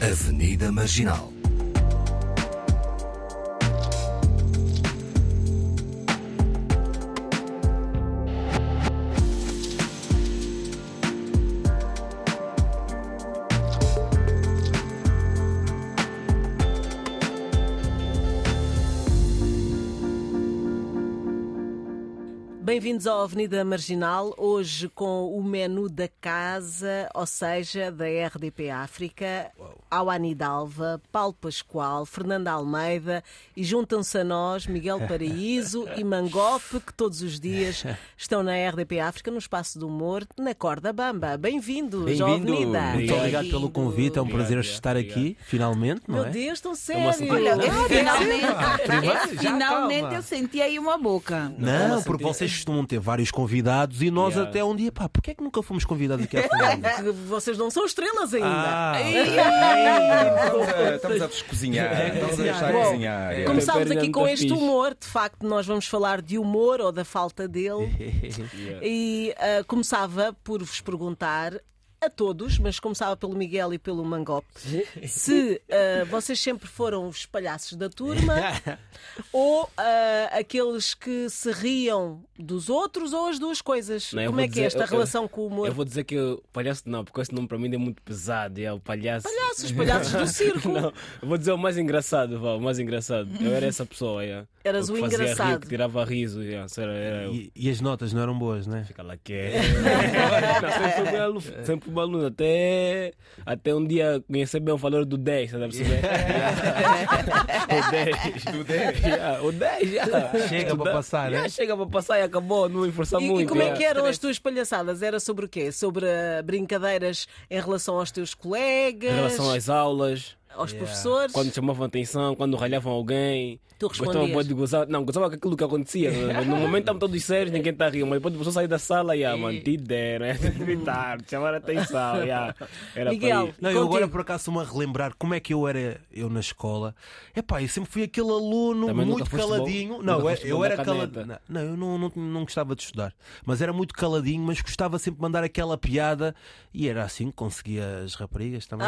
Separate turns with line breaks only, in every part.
Avenida Marginal.
Bem-vindos à Avenida Marginal, hoje com o menu da casa, ou seja, da RDP África, Awani Dalva, Paulo Pascoal, Fernanda Almeida e juntam-se a nós Miguel Paraíso e Mangope, que todos os dias estão na RDP África, no Espaço do Humor, na Corda Bamba. Bem-vindos à
Bem-vindo!
Avenida.
Muito obrigado pelo
Bem-vindo.
convite, é um prazer estar aqui, finalmente, não
Meu
é?
Deus, estão
uma
sérios!
surpresa. Olha,
ah,
Primeiro,
Finalmente,
já,
finalmente
calma.
eu senti aí uma boca.
Não,
Não,
porque
não
vocês costumam ter vários convidados e nós
Yeah.
até um dia, pá, porquê é que nunca fomos convidados aqui à Fernanda?
Que vocês não são estrelas ainda.
Ah,
Estamos a- Estamos a descozinhar. Estamos a deixar
Bom,
cozinhar. é.
Começámos
Pepper
aqui
and
com
the
este
Fish.
humor, de facto, nós vamos falar de humor ou da falta dele. e ah, começava por vos perguntar a todos, mas começava pelo Miguel e pelo Mangope, se ah, vocês sempre foram os palhaços da turma ou ah, aqueles que se riam dos outros ou as duas coisas.
Não, eu
Como
vou
é que é
dizer-
esta
eu- eu-
relação com o humor?
Eu vou dizer que eu- palhaço não, porque esse nome para mim é muito pesado. É o palhaço.
Palhaços, palhaços do circo.
Não, eu vou dizer o mais engraçado, vá, o mais engraçado. Eu era essa pessoa, é.
Eras o
Eu que fazia rir,
engraçado.
que tirava riso, é. Sério, era eu.
e, e as notas não eram boas, não é?
Cala que
É.
Não, sempre fui bom aluno, sempre fui bom aluno, até, até um dia conhecer bem o valor do 10, estás a perceber? o 10. Do 10? o 10, yeah.
Chega
Estudar-
para passar,
yeah,
é?
Chega para passar e acabou, não
E-
enforçar
E,
muito.
como é
yeah.
que eram as tuas palhaçadas? Era sobre o quê? Sobre ah, brincadeiras em relação aos teus colegas,
Em relação às aulas,
aos professores?
quando chamavam atenção, quando ralhavam alguém.
Tu
Gostava
respondias?
bué de gozar. Não, gozava com aquilo que acontecia. No momento estamos todos sérios, ninguém está a rir. Mas depois a pessoa sair da sala e, ah, mano, te deram, é gritar, chamar a atenção. yeah. Era
Miguel,
para ir.
Não, eu agora
Contigo.
por acaso me a relembrar como é que eu era eu na escola. Epá, eu sempre fui aquele aluno
Também nunca
muito
foste
caladinho.
bom-
não,
nunca
eu-
foste bom
eu
na
era caladinho.
caneta.
Não, eu não, não, não gostava de estudar. Mas era muito caladinho, mas gostava sempre de mandar aquela piada e era assim que conseguia as raparigas também.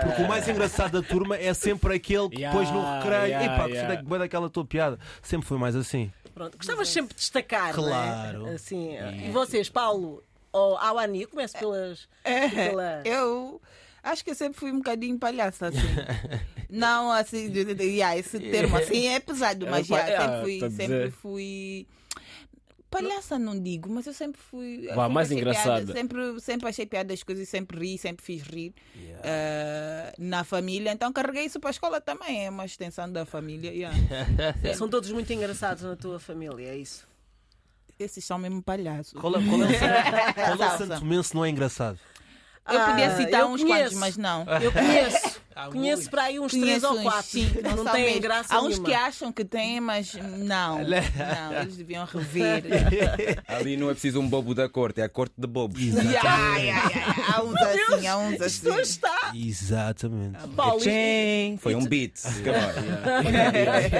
Porque o mais engraçado da turma é sempre aquele que depois no
Yeah,
recreio.
yeah,
Epá,
yeah.
gostei bem daquela tua piada. Sempre foi mais assim.
Pronto, gostavas sempre de destacar,
Claro.
Não é? assim, E vocês, Paulo ou Awani? Eu começo pelas. pela...
É, Eu acho que eu sempre fui um bocadinho palhaça, assim. Não, assim, de- de- de- yeah, esse termo assim é ah, pesado, mas
É,
já,
pa- é,
sempre fui.
tá a
Sempre
dizer.
fui... Palhaça não digo, mas eu sempre fui. eu
Vá,
sempre
mais
achei
engraçada.
piada, sempre, sempre achei piada das coisas, sempre ri, sempre fiz rir eh, na família. Então carreguei isso para a escola também, é uma extensão da família. yeah.
São todos muito engraçados na tua família, é isso?
Esses são mesmo palhaços.
Qual é, qual é o santo- qual é o
Salsa.
santo menso não é engraçado?
Eu podia
Ah,
citar
eu
uns
conheço.
quantos, mas não.
Eu conheço. conheço
muitos.
para aí uns três ou
uns,
quatro.
sim, que
não
são
têm
mesmo.
graça
Há uns que
nenhuma. Né?
acham que têm, mas não. Não, eles deviam rever. Ya,
Ali não é preciso um bobo da corte, é a corte de bobos.
ya, ya, ya. Há uns assim, há uns assim.
Isto está.
Exatamente.
Paulo,
Tchim! Foi um beat. Come on.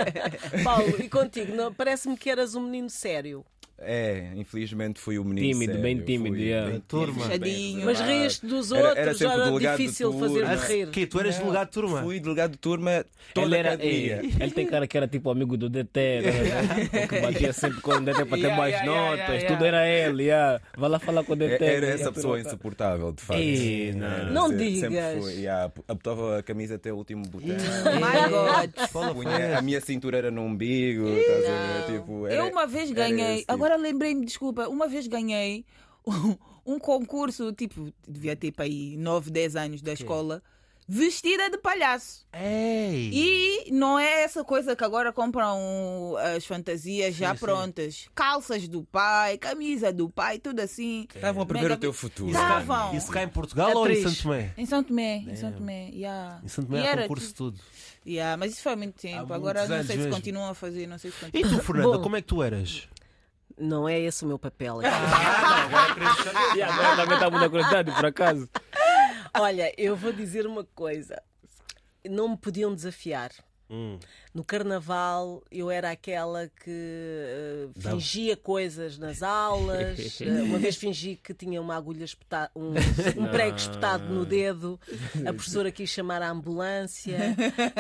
Paulo, e contigo? Não, Parece-me que eras um menino sério.
É, infelizmente fui o menino.
Tímido,
sério,
bem tímido,
fui
yeah.
bem
é
Turma.
tímido, bem
Fechadinho.
Mas
reservado.
rias-te dos
Era-
outros,
era sempre
era
delegado de
difícil
turma.
fazer-te
Ah,
rir.
Que tu eras delegado de turma?
Fui delegado de turma toda
Ele,
a
era,
academia.
ele, ele tem cara que era tipo amigo do DT, né? O que batia sempre com o DT para ter mais notas, tudo era ele. Yeah. Vai lá falar com o DT.
É- Era
né?
essa pessoa insuportável, de facto.
Ei, não.
É,
Não
se-
digas.
Sempre fui. yeah, Apertava a camisa até o último botão.
My God.
Punha- A minha cintura era no umbigo. estás a ver? Tipo, era-
Eu uma vez
era
ganhei,
esse tipo.
agora lembrei-me, desculpa, uma vez ganhei um- um concurso, tipo, devia ter para aí 9, 10 anos da escola, vestida de palhaço.
Ei!
E não é essa coisa que agora compram eh, as fantasias já prontas. Calças do pai, camisa do pai, tudo assim.
Estavam a prever
Mega-
o teu futuro.
Estavam.
Isso é cá em Portugal ou em
Atriz.
Santo Tomé?
Em São Tomé, em São Tomé, yeah.
Em Santo Tomé
E
há
era
concurso de tudo.
tipo- yeah, mas isso foi há muito
Há
tempo.
muitos
Agora não
anos
sei se
mesmo.
continuam a fazer, não sei se
E
continuam.
tu, Fernanda,
Bom.
como é que tu eras?
Não é esse o meu papel. aqui.
E agora também está muita curiosidade, por acaso.
Olha, eu vou dizer uma coisa. Não me podiam desafiar.
Hum.
No carnaval eu era aquela que eh, fingia coisas nas aulas. Eh, Uma vez fingi que tinha uma agulha espetada, um, um prego espetado no dedo. A professora quis chamar a ambulância.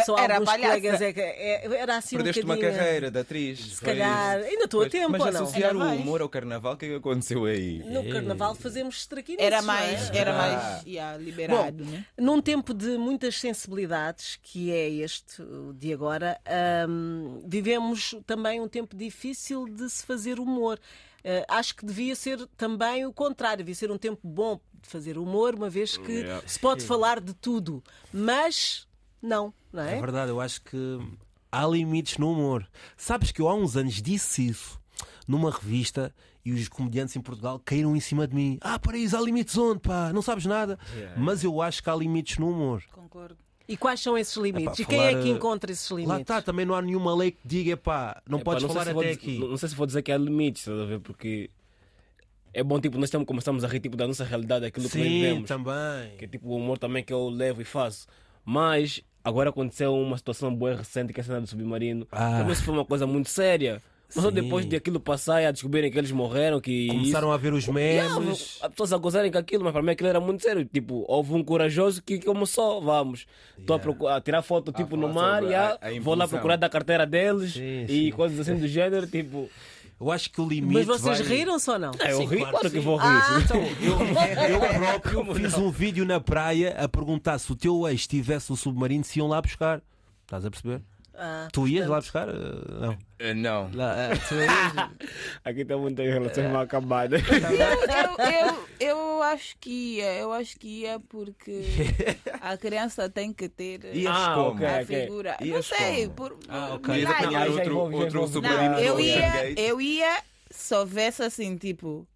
Só
Era
alguns
palhaça.
colegas é que é- era assim
Perdeste
um
uma
bocadinho.
carreira de atriz.
Se calhar. Ainda estou a tempo,
Mas
ou não?
associar
Ainda
o
vais.
humor ao carnaval, o que é que aconteceu aí?
No carnaval fazemos é? estraquinhos.
é.
Era mais, era mais
Ah.
yeah, liberado,
Bom,
né?
Num tempo de muitas sensibilidades, que é este o de agora, hum, vivemos também um tempo difícil de se fazer humor. Eh, acho que devia ser também o contrário, devia ser um tempo bom de fazer humor, uma vez que
Hum, é.
Yeah.
se pode falar de tudo, mas não, não
É
é?
verdade, eu acho que há limites no humor. Sabes que eu há uns anos disse isso numa revista e os comediantes em Portugal caíram em cima de mim. Ah, Paraíso, há limites onde, pá? Não sabes nada. Mas eu acho que há limites no humor.
Concordo.
E quais são esses limites?
Epá,
e quem é
falar,
que
eh,
encontra esses limites?
Lá está, também não há nenhuma lei que diga, pá, não
Epá,
podes
sei
falar
se vou
até
dizer-
aqui.
É Não sei se vou dizer que há limites, estás a ver? Porque é bom, tipo, nós estamos, começamos a rir tipo, da nossa realidade, daquilo que nós
Sim,
vivemos.
também.
Que é tipo o humor também que eu levo e faço. Mas agora aconteceu uma situação boa recente, que é a cena do submarino.
Ah.
Também isso foi uma coisa muito séria. Mas só
Sim.
depois de aquilo passar e a descobrirem que eles morreram, que
Começaram a ver os memes.
isso... Há pessoas a gozarem com aquilo, mas para mim aquilo era muito sério. Tipo, houve um corajoso que começou, vamos, estou a procu- a, tirar foto tipo no
falar
mar,
sobre
e
a-
ah,
a
vou lá
impulsão.
procurar da carteira deles
Sim,
e
sim.
coisas assim do género, tipo.
Eu acho que o limite.
Mas vocês
vai- É,
riram-se ou não? Ah.
Ah, eu
Sim,
ri,
claro
claro,
que
que
sim.
vou rir.
Então, eu, eu próprio fiz um vídeo na praia a perguntar se o teu ex tivesse o submarino se iam lá buscar. Estás a perceber?
Ah,
Tu ias lá buscar? Uh, Não.
Ah, não.
Lá, ah, tu ias?
Aqui tem muitas relações mal acabadas.
Eu, eu, eu acho que ia, eu acho que ia porque a criança tem que ter
Ias
Ah,
como?
ok.
a figura. Não
Ias
sei,
como?
por,
Ah, ok.
Ias
milagre.
apanhar
Ah, já
outro, tipo
envolve, já
outro
envolve.
submarino
Não,
do
eu
Ocean
ia,
Gate.
eu ia se houvesse assim, tipo,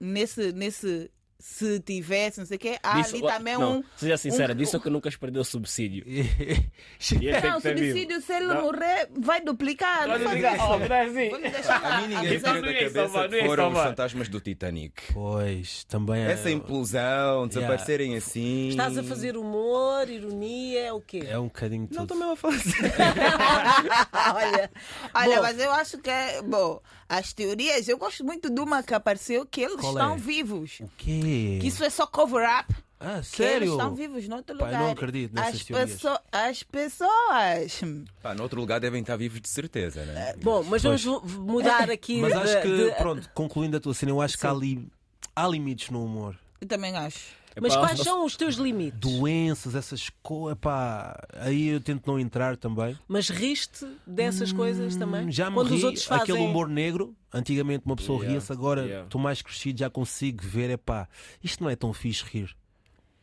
nesse, nesse, se tivesse, não sei o quê, há ali também
não,
um.
Seja sincera,
um-
disse que nunca perdeu o subsídio. E ele tem
Não,
que ter vivo.
subsídio, se ele
Não.
morrer, vai duplicar.
Olha,
Não faz
diga,
isso.
ó, dá assim.
Vou lhe deixar
A mim
lá.
ninguém
Então
tira
não
da
ia
cabeça
salvar, não
que
ia
foram os
salvar.
fantasmas do Titanic.
Pois, também. é-
Essa implosão, desaparecerem assim.
Estás a fazer humor, ironia, o quê?
É um bocadinho tudo.
Não, também a fazer.
Ah,
Olha, olha
Bom.
mas eu acho que, é- bom, as teorias, eu gosto muito de uma que apareceu que eles
Qual
estão
é?
vivos.
O quê?
Que isso um é só cover-up.
Ah,
Que eles
sério?
estão vivos noutro
Pá, eu
lugar.
não acredito nessas
as,
teorias.
pesso- as pessoas.
Pá, no outro lugar devem estar vivos de certeza, né?
Bom, mas vamos vo- mudar aqui.
Mas
de-
acho que,
de-
pronto, concluindo a tua cena, eu acho que há, li- há limites no humor.
Eu também acho.
Mas
Epá,
quais são os teus limites?
Doenças, essas coisas, pá. Aí eu tento não entrar também.
Mas riste dessas coisas também?
Hum, Já me
Quando
ri,
os outros fazem.
aquele humor negro. Antigamente uma pessoa
Yeah,
ria-se, agora estou
yeah.
mais crescido, já consigo ver. É pá, isto não é tão fixe rir.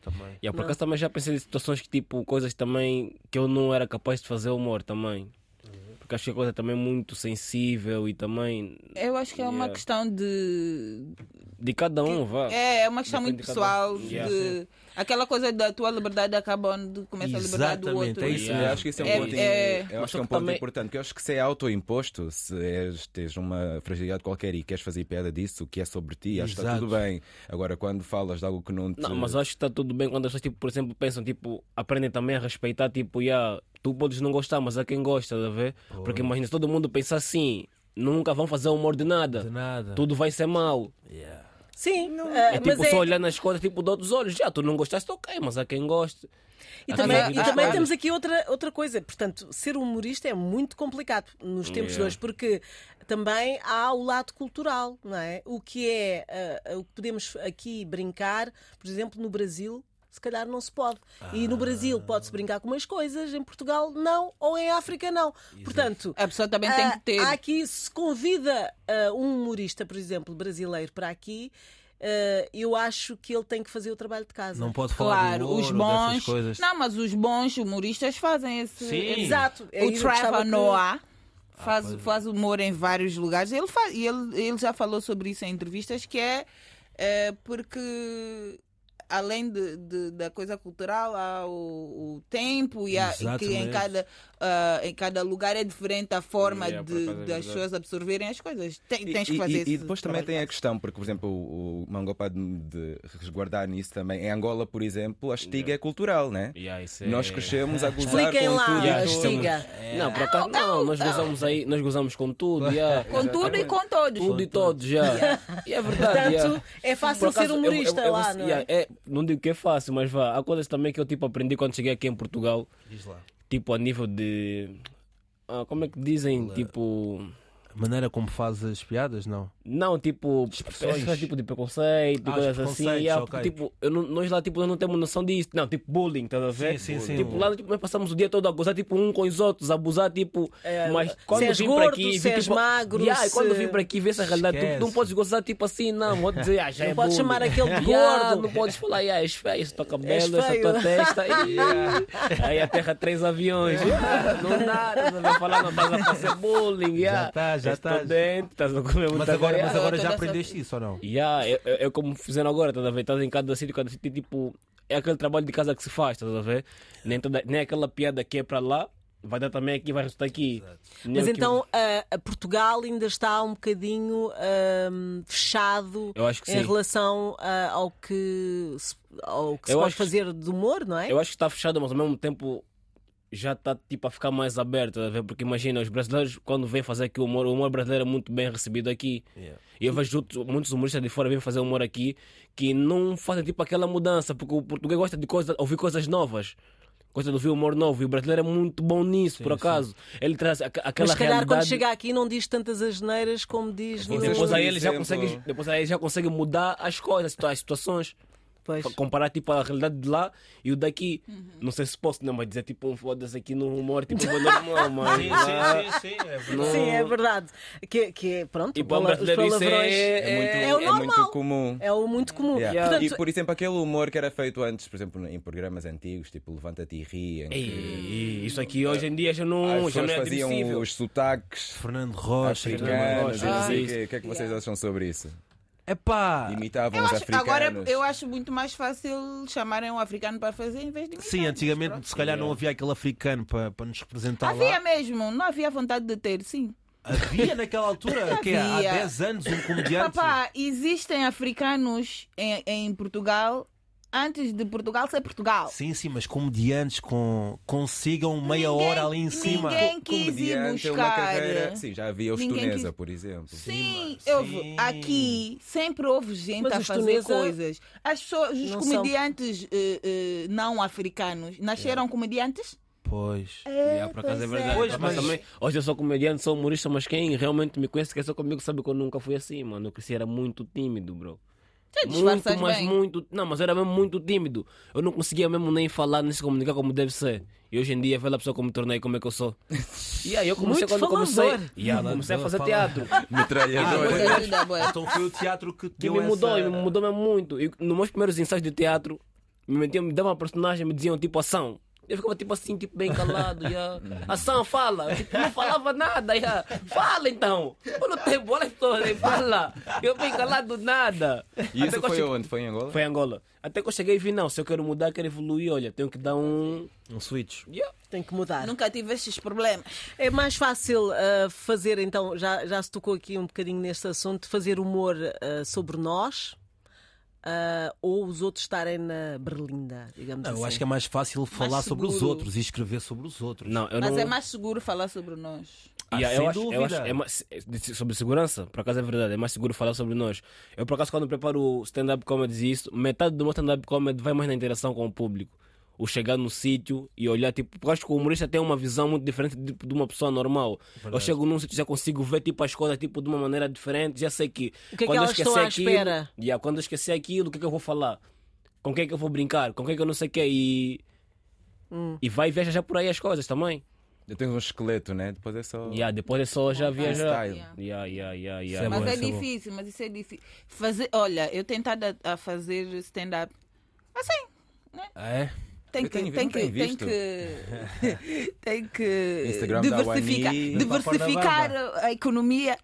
Também.
E por acaso também já pensei em situações que, tipo, coisas também que eu não era capaz de fazer humor também.
Uhum.
Porque acho que a coisa também é muito sensível e também
Eu acho que é uma
Yeah.
questão de.
de cada um, vá.
É, é uma questão
Depende
muito
de cada um.
pessoal.
Yeah.
de... Aquela coisa da tua liberdade acaba onde começa a liberdade do
Exatamente,
outro.
é isso
Eu
Yeah.
acho que isso é um
É-
ponto,
é-
eu
Mas
acho que é um
só que
ponto
também-
importante, porque eu acho que se é autoimposto, se és, tens uma fragilidade qualquer e queres fazer piada disso, o que é sobre ti, acho que está
Exato.
tudo bem. Agora, quando falas de algo que não te.
Não, mas eu acho que está tudo bem quando as pessoas, tipo, por exemplo, pensam, tipo, aprendem também a respeitar, tipo, yeah, tu podes não gostar, mas há quem gosta, tá a ver? Porque imagina, se todo mundo pensar assim, nunca vão fazer humor de nada.
De nada.
Tudo vai ser mal.
Sim, ah,
É
mas
tipo
é-
só olhar nas coisas, tipo, de outros olhos. Já, tu não gostaste, ok, mas há quem goste.
E
Há
também,
quem
e
goste de
também
coisas.
temos aqui outra, outra coisa. Portanto, ser humorista é muito complicado nos tempos de
Yeah.
hoje, porque também há o lado cultural, não é? O que é ah, o que podemos aqui brincar, por exemplo, no Brasil. Se calhar não se pode. E no Brasil pode-se brincar com umas coisas, em Portugal não, ou em África não. Portanto,
A pessoa também tem
Ah,
que ter.
Há aqui, se convida ah, um humorista, por exemplo, brasileiro para aqui, ah, eu acho que ele tem que fazer o trabalho de casa.
Não pode falar
Claro,
do ouro,
os
dessas
bons.
coisas.
Não, mas os bons humoristas fazem esse.
Sim.
esse-
Exato. É
o
isso que eu gostava
Trevor
que-
Noah
Ah,
faz,
é.
faz humor em vários lugares. Ele, faz, e ele, ele já falou sobre isso em entrevistas, que é, eh, é porque além de, de- da coisa cultural, há o, o tempo e, há, e que em
Exatamente.
cada, ah, em cada lugar é diferente a forma
Yeah, por
de-
acaso é
das
verdade.
pessoas absorverem as coisas. Tem-
E-
tens
e,
que fazer
e-
isso.
e depois também tem a questão, porque, por exemplo, o, o Mangopá de, de resguardar nisso também. Em Angola, por exemplo, a estiga é cultural, né?
Yeah, isso é-
Nós crescemos a gozar
Expliquem
com
lá,
tudo. e
a
Yeah,
todos.
estamos-
estiga.
Não, por acaso, não, nós gozamos aí, nós gozamos com tudo, yeah.
Com tudo e com todos.
tudo e todos, já. E é verdade.
Portanto,
yeah.
é fácil
Por acaso,
ser
eu-
humorista
eu- eu-
lá,
eu-
não é?
yeah, Não digo que é fácil, mas vá. Há coisas também que eu tipo, aprendi quando cheguei aqui em Portugal,
Diz lá.
tipo a nível de. ah, como é que dizem? Tipo.
A maneira como faz as piadas, não?
Não, tipo,
Expressões.
essas tipo de preconceito,
Ah, os
coisas assim.
preconceitos,
yeah,
ok.
tipo, eu não- nós lá tipo, não temos noção disso. Não, tipo bullying, estás a ver?
Sim, sim, sim.
Tipo, lá tipo, nós passamos o dia todo a gozar tipo, um com os outros, a abusar, tipo.
É,
mas quando
és
vim
gordo,
para aqui.
se
vi,
és
tipo,
magro,
yeah, e
se-
quando vim para aqui ver essa realidade, tu
Esquece.
não podes gozar tipo assim, não. Vou dizer, ah, já
Não
é
podes
bullying.
chamar aquele de
Yeah,
gordo.
Não podes falar, yeah, és feio, esse teu cabelo,
És
essa
feio.
tua testa. Ih, Aí a terra três aviões.
É.
Yeah, não dá, estás a ver? Falar, não estás a fazer bullying. yeah.
tá, já
Esse
tá.
teu dente, estás a comer
Mas
muita
agora, mas
gaia.
agora já
toda essa-
aprendeste isso ou não?
Yeah, é, é- é como fizeram agora, estás a ver? Estás em cada sítio, cada sítio, tipo, é aquele trabalho de casa que se faz, estás a ver? Nem, toda, nem aquela piada que é para lá, vai dar também aqui, vai resultar aqui. Nem
Mas
o que-
então ah, a Portugal ainda está um bocadinho ahm, fechado
Eu acho que
em
sim.
relação ah, ao que se, ao que se
Eu
pode
acho que-
fazer de humor, não é?
Eu acho que está fechado, mas ao mesmo tempo já está tipo a ficar mais aberto, estás a ver? Porque imagina, os brasileiros quando vêm fazer aqui o humor, o humor brasileiro é muito bem recebido aqui. E eu vejo outros- muitos humoristas de fora vêm fazer humor aqui que não fazem tipo aquela mudança, porque o português gosta de coisa, ouvir coisas novas. Gosta de ouvir humor novo e o brasileiro é muito bom nisso, por acaso. Ele traz aqu- aquela
Mas se calhar quando
realidade-
chega aqui não diz tantas asneiras como diz
E
no...
depois aí
Por
ele já
exemplo.
consegue, depois aí ele já consegue mudar as coisas, situa- as situações.
Pois. Uhum.
Pra comparar tipo a realidade de lá e o daqui. Não sei se posso, não, mas dizer tipo um foda-se aqui no humor, tipo vou normal, mas. lá-
sim,
não-
Sim, é verdade. Que, que é, pronto,
E para o
pala- os
brasileiro isso
palavrões
é-
É muito,
é o
é
normal.
muito comum.
é o muito comum.
Yeah.
Portanto,
E, por exemplo, aquele humor que era feito antes, por exemplo, em programas antigos, tipo Levanta-te e ri, em que
Ei, isso aqui hoje em dia já
as
não, já
pessoas
não é
faziam
admissível.
os sotaques
Fernando Rocha.
africanos. e não
Ah,
sei O
isso.
quê. O que é que vocês acham sobre isso?
Ah,
Epá!
Imitavam
Eu
os
acho-
africanos.
agora eu acho muito mais fácil chamarem um africano para fazer em vez de imitar.
Sim, antigamente se calhar não havia aquele africano para, para nos
Tá
representar
Havia
lá.
mesmo, não havia vontade de ter, sim.
Havia naquela altura, que é, há
Havia.
10 anos, um comediante.
Papá, existem africanos em, em Portugal antes de Portugal ser Portugal.
Sim, sim, mas comediantes com consigam meia
Ninguém-
hora ali em cima.
Ninguém quis ir
Comediante é uma
buscar. né?
carreira- Sim, já havia os
Ninguém
Tunesa,
quis-
por exemplo.
Sim,
Sim.
houve. Aqui sempre houve gente
Mas
a
os
fazer
tunesa
coisas. As pessoas, os
não são-
comediantes eh, eh, não africanos nasceram comediantes?
Pois.
Yeah, por acaso é verdade.
Pois,
Mas
mas-
também, hoje eu sou comediante, sou humorista, mas quem realmente me conhece, que é só comigo, sabe que eu nunca fui assim, mano. Eu cresci, era muito tímido, bro.
Tu
Muito,
disfarças
mas
bem.
muito. Não, mas eu era mesmo muito tímido. Eu não conseguia mesmo nem falar, nem se comunicar como deve ser. E hoje em dia, vê lá a pessoa como me tornei, como é que eu sou. E aí eu comecei
Muito
quando
falador.
comecei. E aí, comecei a fazer
Falador,
teatro.
é
Metralhadora.
Coisa linda, boa.
Então foi o teatro que te
Que
deu
me mudou,
essa...
me mudou mesmo muito. E nos meus primeiros ensaios de teatro, me metiam, me davam uma personagem, me diziam tipo ação. Eu ficava tipo assim, tipo bem calado, já. Ação, fala. Eu, tipo, não falava nada, já. Fala então. Eu não tenho bola, pessoas, fala. Eu bem calado, nada.
E
Até
isso
que eu
foi
cheguei-
onde? Foi em Angola?
Foi em Angola. Até que eu cheguei e vi, não, se eu quero mudar, quero evoluir, olha, tenho que dar um...
Um switch.
Yeah.
tem que mudar.
Nunca tive estes problemas.
É mais fácil ah, fazer, então, já, já se tocou aqui um bocadinho neste assunto, fazer humor ah, sobre nós ah, ou os outros estarem na berlinda, digamos
Não,
assim.
eu acho que é mais fácil falar sobre os
seguro.
outros e escrever sobre os outros.
Não, eu
Mas
não...
é mais seguro falar sobre nós.
Ah,
Yeah,
sem
eu acho, eu
dúvida.
acho- é mais- é de- sobre segurança, por acaso é verdade, é mais seguro falar sobre nós. Eu, por acaso, quando preparo stand-up comedy e isso, metade do meu stand-up comedy vai mais na interação com o público. O chegar no sítio e olhar, tipo, porque eu acho que o humorista tem uma visão muito diferente de, de uma pessoa normal. Eu chego num sítio já consigo ver tipo, as coisas tipo, de uma maneira diferente, já sei que.
O que é que
quando eu
elas estão
esquecer
à
aquilo,
espera?
yeah, quando eu esquecer aquilo, o que é que eu vou falar? Com quem é que eu vou brincar? Com quem é que eu não sei o quê? E.
Hum.
E vai viajar já por aí as coisas também.
Eu tenho um esqueleto, né? Depois é só. um
Yeah, depois é só já viajar.
Freestyle.
Yeah, yeah, yeah, yeah.
Isso é
mas
bom,
é
isso é bom.
difícil, mas isso é difícil. Fazer, olha, eu tentada a fazer stand-up. Assim,
É?
tem
Eu
que,
tenho-
tem
não
que,
tenho
tem
visto.
que, tem que
Instagram da
diversificar,
Wani.
diversificar a economia.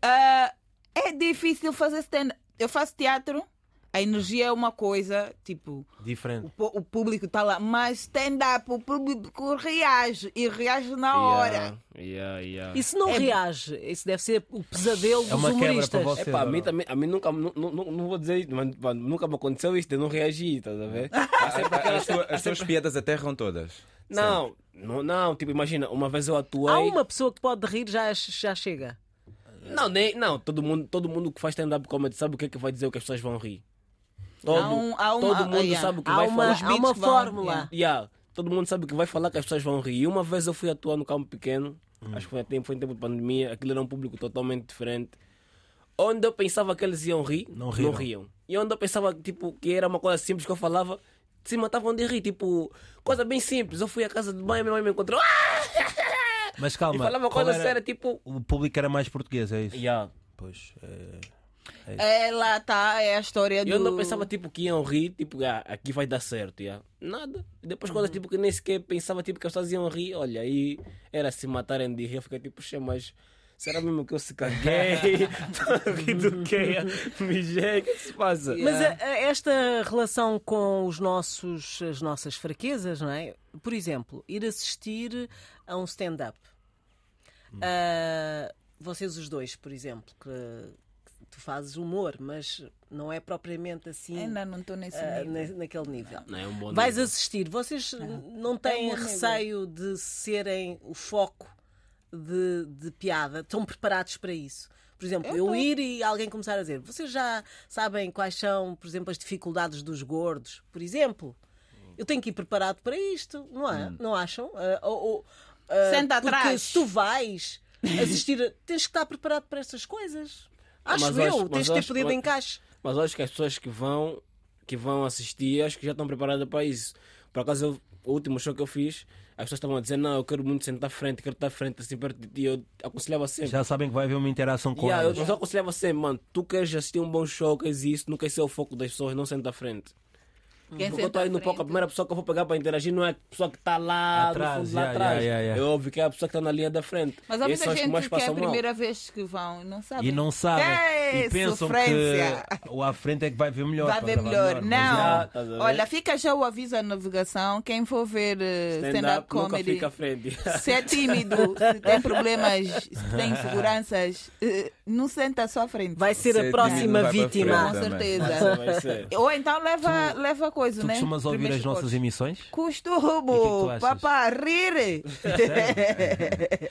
Ah, é difícil fazer stand-up. Eu faço teatro, a energia é uma coisa, tipo, o,
Diferente.
pu- o público está lá, mas stand-up, o público reage e reage na
é
hora.
Yeah, yeah.
Isso não reage. Isso deve ser o pesadelo dos
É uma quebra
humoristas.
para vocês.
Epá, a mim
não?
também, a mim nunca, nu- nu- nu- não vou dizer isso, mas pá, nunca me aconteceu isto de não reagir, estás a ver? Há sempre aquelas-
As, tuas, as tuas piadas aterram todas.
Não, não, não, tipo, imagina, uma vez eu atuei.
Há uma pessoa que pode rir, já, já chega.
Não, nem, não, todo mundo, todo mundo que faz stand-up comedy sabe o que é que vai dizer o que as pessoas vão rir. Todo,
Há um- há um-
todo
ah,
mundo
yeah.
sabe o que
Há
vai
uma,
falar.
há uma
que vão-
fórmula.
Yeah, todo mundo sabe que vai falar que as pessoas vão rir. E uma vez eu fui atuar no campo pequeno,
Hum.
acho que foi em tempo, foi em tempo de pandemia, aquilo era um público totalmente diferente. Onde eu pensava que eles iam rir,
Não
não riam.
riram.
E onde eu pensava tipo, que era uma coisa simples que eu falava, se matavam de rir. Tipo, coisa bem simples. Eu fui à casa de mãe, minha mãe me encontrou. "Ah!"
Mas calma.
e falava
qual
coisa
era-
séria, tipo.
O público era mais português, é isso?
Yeah.
Pois. é.
Ela tá, é a história do.
Eu não pensava tipo que iam rir, tipo, ah, aqui vai dar certo, já. Nada. E Depois quando tipo que nem sequer pensava tipo que as pessoas iam rir, olha, e era se matarem de rir, eu fiquei tipo, "Xe, mas será mesmo que eu se caguei? Tô a rir do quê? Mijei, o que é que se passa?
Mas a- a- esta relação com os nossos, as nossas fraquezas, não é? Por exemplo, ir assistir a um stand-up. Ah, vocês os dois, por exemplo, que, que tu fazes humor, mas não é propriamente assim
Ainda não estou nesse
ah,
nível.
na- naquele nível.
Não, é um bom
Vais
nível.
assistir. Vocês n- não têm
É um bom
receio de serem o foco de, de piada? Estão preparados para isso? Por exemplo, eu, ir e alguém começar a dizer: Vocês já sabem quais são, por exemplo, as dificuldades dos gordos? Por exemplo, eu tenho que ir preparado para isto, não
Hum.
é? Não acham? Ah, ou- ou, ah,
Senta
porque
atrás.
se tu vais assistir, a- tens que estar preparado para estas coisas. Acho
Mas
eu,
acho- mas
tens de ter
acho-
poder de
mas-
encaixe.
Mas eu acho que as pessoas que vão, que vão assistir, acho que já estão preparadas para isso. Por acaso, eu- o último show que eu fiz, as pessoas estavam a dizer, não, eu quero muito sentar à frente, quero estar à frente, assim, perto de ti. Eu aconselhava sempre.
Já sabem que vai haver uma interação com
Yeah, eu
elas.
só aconselhava sempre, mano, tu queres assistir um bom show, queres isso, não queres ser o foco das pessoas, não senta à frente.
Quem
Porque eu estou
senta É à
aí no palco, a
frente-
primeira pessoa que eu vou pegar para interagir não é a pessoa que está lá,
Atrás,
no fundo, lá
yeah,
atrás.
yeah, yeah, yeah.
É óbvio que é a pessoa que está na linha da frente.
Mas há
Esses são
muita
os que mais
gente que é a
passam mal.
primeira vez que vão e não sabem.
E não sabem.
Ei,
e pensam
sofrência.
que o à frente é que vai ver melhor.
Vai
pá,
ver melhor.
mas
já,
Não.
estás a ver?
Olha, fica já o aviso à navegação. Quem for ver eh, stand-up
Stand-up nunca
comedy,
fica à frente.
se é tímido, se tem problemas, se tem inseguranças, eh, não senta só à frente.
Vai ser
Se é
a próxima
tímido, vai para a
vítima.
Com
frente.
Essa
certeza.
vai ser.
Ou então leva, leva coisa,
Tu
né?
costumas ouvir
Primeiros
as nossas
socorros.
emissões? E o que é que tu
Costumo,
achas?
papá, rir.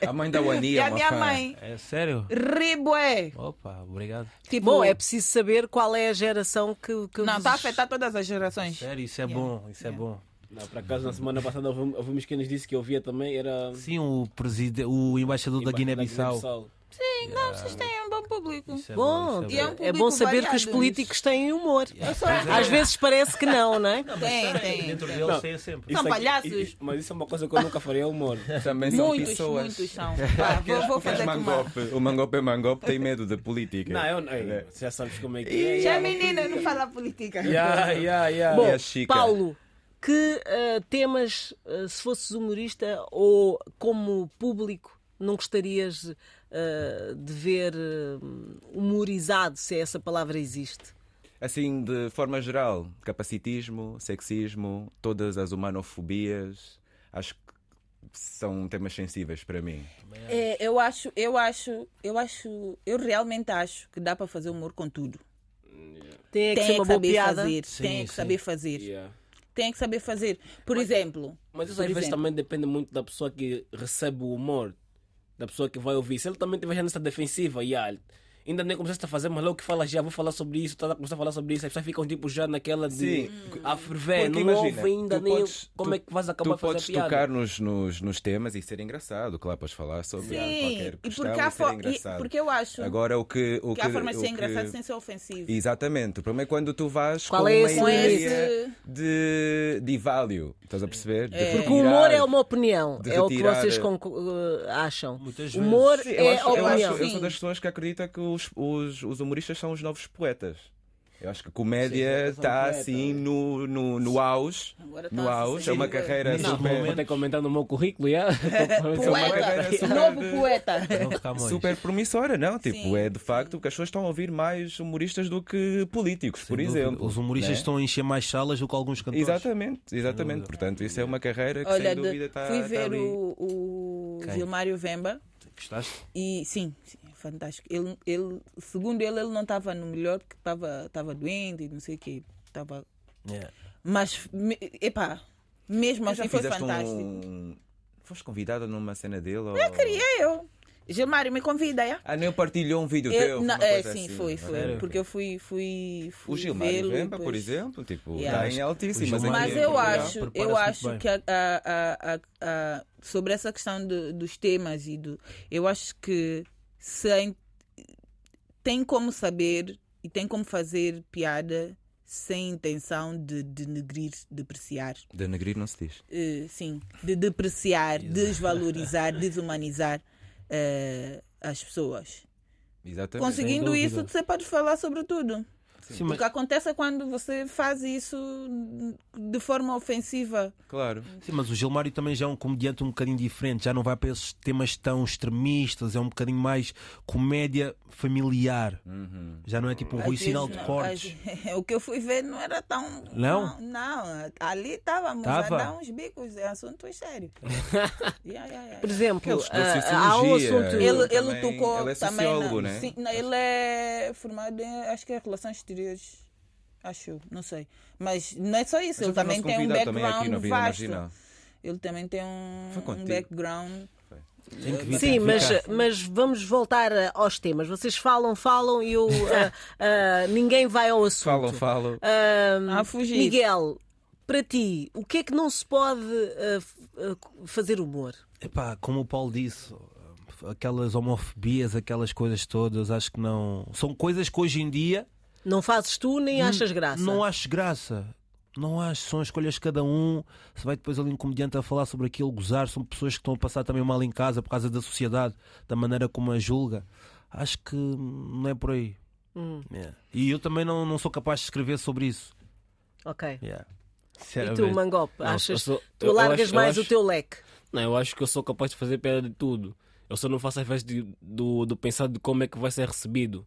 A mãe da Wani
e
é
a
uma
minha
fã.
mãe,
É sério?
ribué.
Opa, obrigado.
é, Tipo,
Bom, é preciso saber qual é a geração que, que
Não, tá
vos-
está a afetar todas as gerações.
Sério, isso é bom, isso é bom.
Não, por acaso, na semana passada, houve ouvimos quem nos disse que eu via também, era...
Sim, o, preside... o embaixador da Guiné-Bissau.
Guiné-Bissau.
Sim, não, vocês têm um bom público.
Isso é
Bom,
isso
e é um
é
público
bom saber que os
variado.
políticos têm humor.
Eu sou-
Às vezes parece que não, não é?
Tem, tem.
Dentro
tem.
deles
Não.
tem sempre.
Isso aqui-
palhaços.
i- i- Mas isso é uma coisa que eu nunca faria, é humor.
Também são
Muitos,
pessoas.
muitos são. Pá, vou, vou
Porque és
fazer com uma.
mangope. O mangope é mangope, tem medo da política.
Não, eu não.
É.
Você já sabes como é que é.
Já menina, não fala política.
Yeah, yeah, yeah.
Bom,
E a Chica?
Paulo, que ah, temas, ah, se fosses humorista ou como público, não gostarias ah, de ver ah, humorizado, se essa palavra existe?
Assim, de forma geral, capacitismo, sexismo, todas as humanofobias, acho que são temas sensíveis para mim.
É, eu acho, eu acho, eu acho, eu realmente acho que dá para fazer humor com tudo.
Tem é que
Tem
ser
que
uma boa
saber
piada.
fazer,
Sim,
tem é que
sim.
saber fazer,
Yeah.
tem é que saber fazer. Por exemplo,
Mas isso
por
às vezes
exemplo.
também depende muito da pessoa que recebe o humor, da pessoa que vai ouvir. Se ele também tiver já nessa defensiva, yeah, ele- ainda nem começaste a fazer, mas logo que fala já, vou falar sobre isso, estás a começar a falar sobre isso, as pessoas ficam tipo já naquela de
Sim.
Hum,
a ferver, não
Porque imagina,
ouve ainda
tu
nem
podes-
como
tu-
é que vais acabar
Tu
a fazer
podes
piada.
tocar nos, nos, nos temas e ser engraçado, claro, podes falar sobre
sim,
qualquer
e
questão
porque, há fo-
e ser
e-
engraçado.
porque eu acho
Agora o que. O
que há formas de
o
ser
que-
engraçado sem ser ofensivo.
Exatamente. O problema é quando tu vais
Qual
com
é
uma
esse
ideia
limite?
de, de value. Estás a perceber? De
Porque o
retirar-
humor é uma opinião,
de
é o que
retirar- eh,
vocês concu- ah, acham.
Muitas vezes.
Humor
Sim, eu,
é
acho, eu,
opinião.
acho- eu sou
Sim.
das pessoas que acredita que os, os, os humoristas são os novos poetas. Eu acho que comédia
Sim,
está
completa.
assim no, no, no auge.
Agora tá
No auge. É uma
assim.
Não,
carreira
Não,
super.
vou até comentar no meu currículo, já.
Poeta,
carreira
novo
super-
poeta.
Não ficar mais.
super promissora, não? Tipo,
Sim,
é de facto porque as pessoas estão a ouvir mais humoristas do que políticos, por
Sem dúvida.
exemplo.
Os humoristas
né?
estão a encher mais salas do que alguns cantores.
Exatamente, exatamente. Portanto, isso é uma carreira que
Olha,
sem
de-
dúvida está.
fui
está
ver
ali.
o, o
Quem?
Gilmário Vemba
Gostaste?
e sim, sim, é fantástico. Ele, ele, segundo ele, ele não estava no melhor porque estava estava doente e não sei o quê. Tava...
Yeah.
Mas, me, epá, mesmo
Tu
assim
já
foi
fizeste um-
fantástico.
Foste convidada numa cena dele? Ou...
Queria É eu. Gilmário, me convida, já?
Ah, nem partilhou um vídeo
Eu-
teu?
não,
uma
é,
coisa
sim,
assim.
foi, foi.
Sério?
Porque eu fui, fui, fui
O Gilmário
vê-lo e
Vemba, por
depois-
exemplo, tipo,
Yeah.
está em altíssimas.
O Gilmário
Mas
aqui em
eu
Portugal.
acho,
Prepara-se
eu
muito
acho
bem.
que a- a- a- a- a- sobre essa questão do- dos temas e do. Eu acho que se a in- tem como saber e tem como fazer piada sem intenção de denegrir, depreciar.
Denegrir não se diz.
Eh, sim, de depreciar, desvalorizar, desumanizar eh, as pessoas.
Exatamente.
Conseguindo
dúvida.
isso, você pode falar sobre tudo.
Sim,
O
mas-
que acontece é quando você faz isso de forma ofensiva.
Claro.
Sim, mas o Gilmário também já é um comediante um bocadinho diferente, já não vai para esses temas tão extremistas, é um bocadinho mais comédia familiar. Já não é tipo um Rui
Às
Sinal
vezes
de
não,
Cortes.
às- O que eu fui ver não era tão.
Não?
Não, não, ali estávamos
Tava?
a dar uns bicos, é assunto sério. Yeah, yeah, yeah.
Por exemplo,
Aqueles cursos de
ah, há um
sociologia.
assunto.
Ele, ele
Também-
tocou
ele é
também.
sociólogo,
na,
né?
sim, não, ele é formado em, acho que é Relações Exteriores. Acho, eu, não sei. Mas não é só isso,
Mas
ele
já foi
também
nosso
tem um
convidado também aqui
background
no Vida
vasto.
Marginal.
Ele também tem um,
Foi
um
contigo.
background.
Tem que vir, tem
Sim,
que
mas,
ficar.
mas vamos voltar ah, aos temas. Vocês falam, falam e eu, ah, ah, ninguém vai ao assunto.
Falam, falam.
Ah,
A fugir.
Miguel, para ti, o que é que não se pode ah, f- ah, fazer humor?
Epá, como o Paulo disse, aquelas homofobias, aquelas coisas todas, acho que não. São coisas que hoje em dia
Não fazes tu nem achas graça.
Não acho graça. Não acho, são escolhas de cada um. Se vai depois ali um comediante a falar sobre aquilo, gozar, são pessoas que estão a passar também mal em casa por causa da sociedade, da maneira como a julga. Acho que não é por aí. Yeah. E eu também não, não sou capaz de escrever sobre isso.
Ok.
Yeah.
E
É,
tu,
Sinceramente.
Mangop,
eu
achas
sou-
tu
eu
largas
acho- eu
mais o
acho-
teu leque?
Não, eu acho que eu sou capaz de fazer piada de tudo. Eu só não faço às vezes de, do, do pensar de como é que vai ser recebido.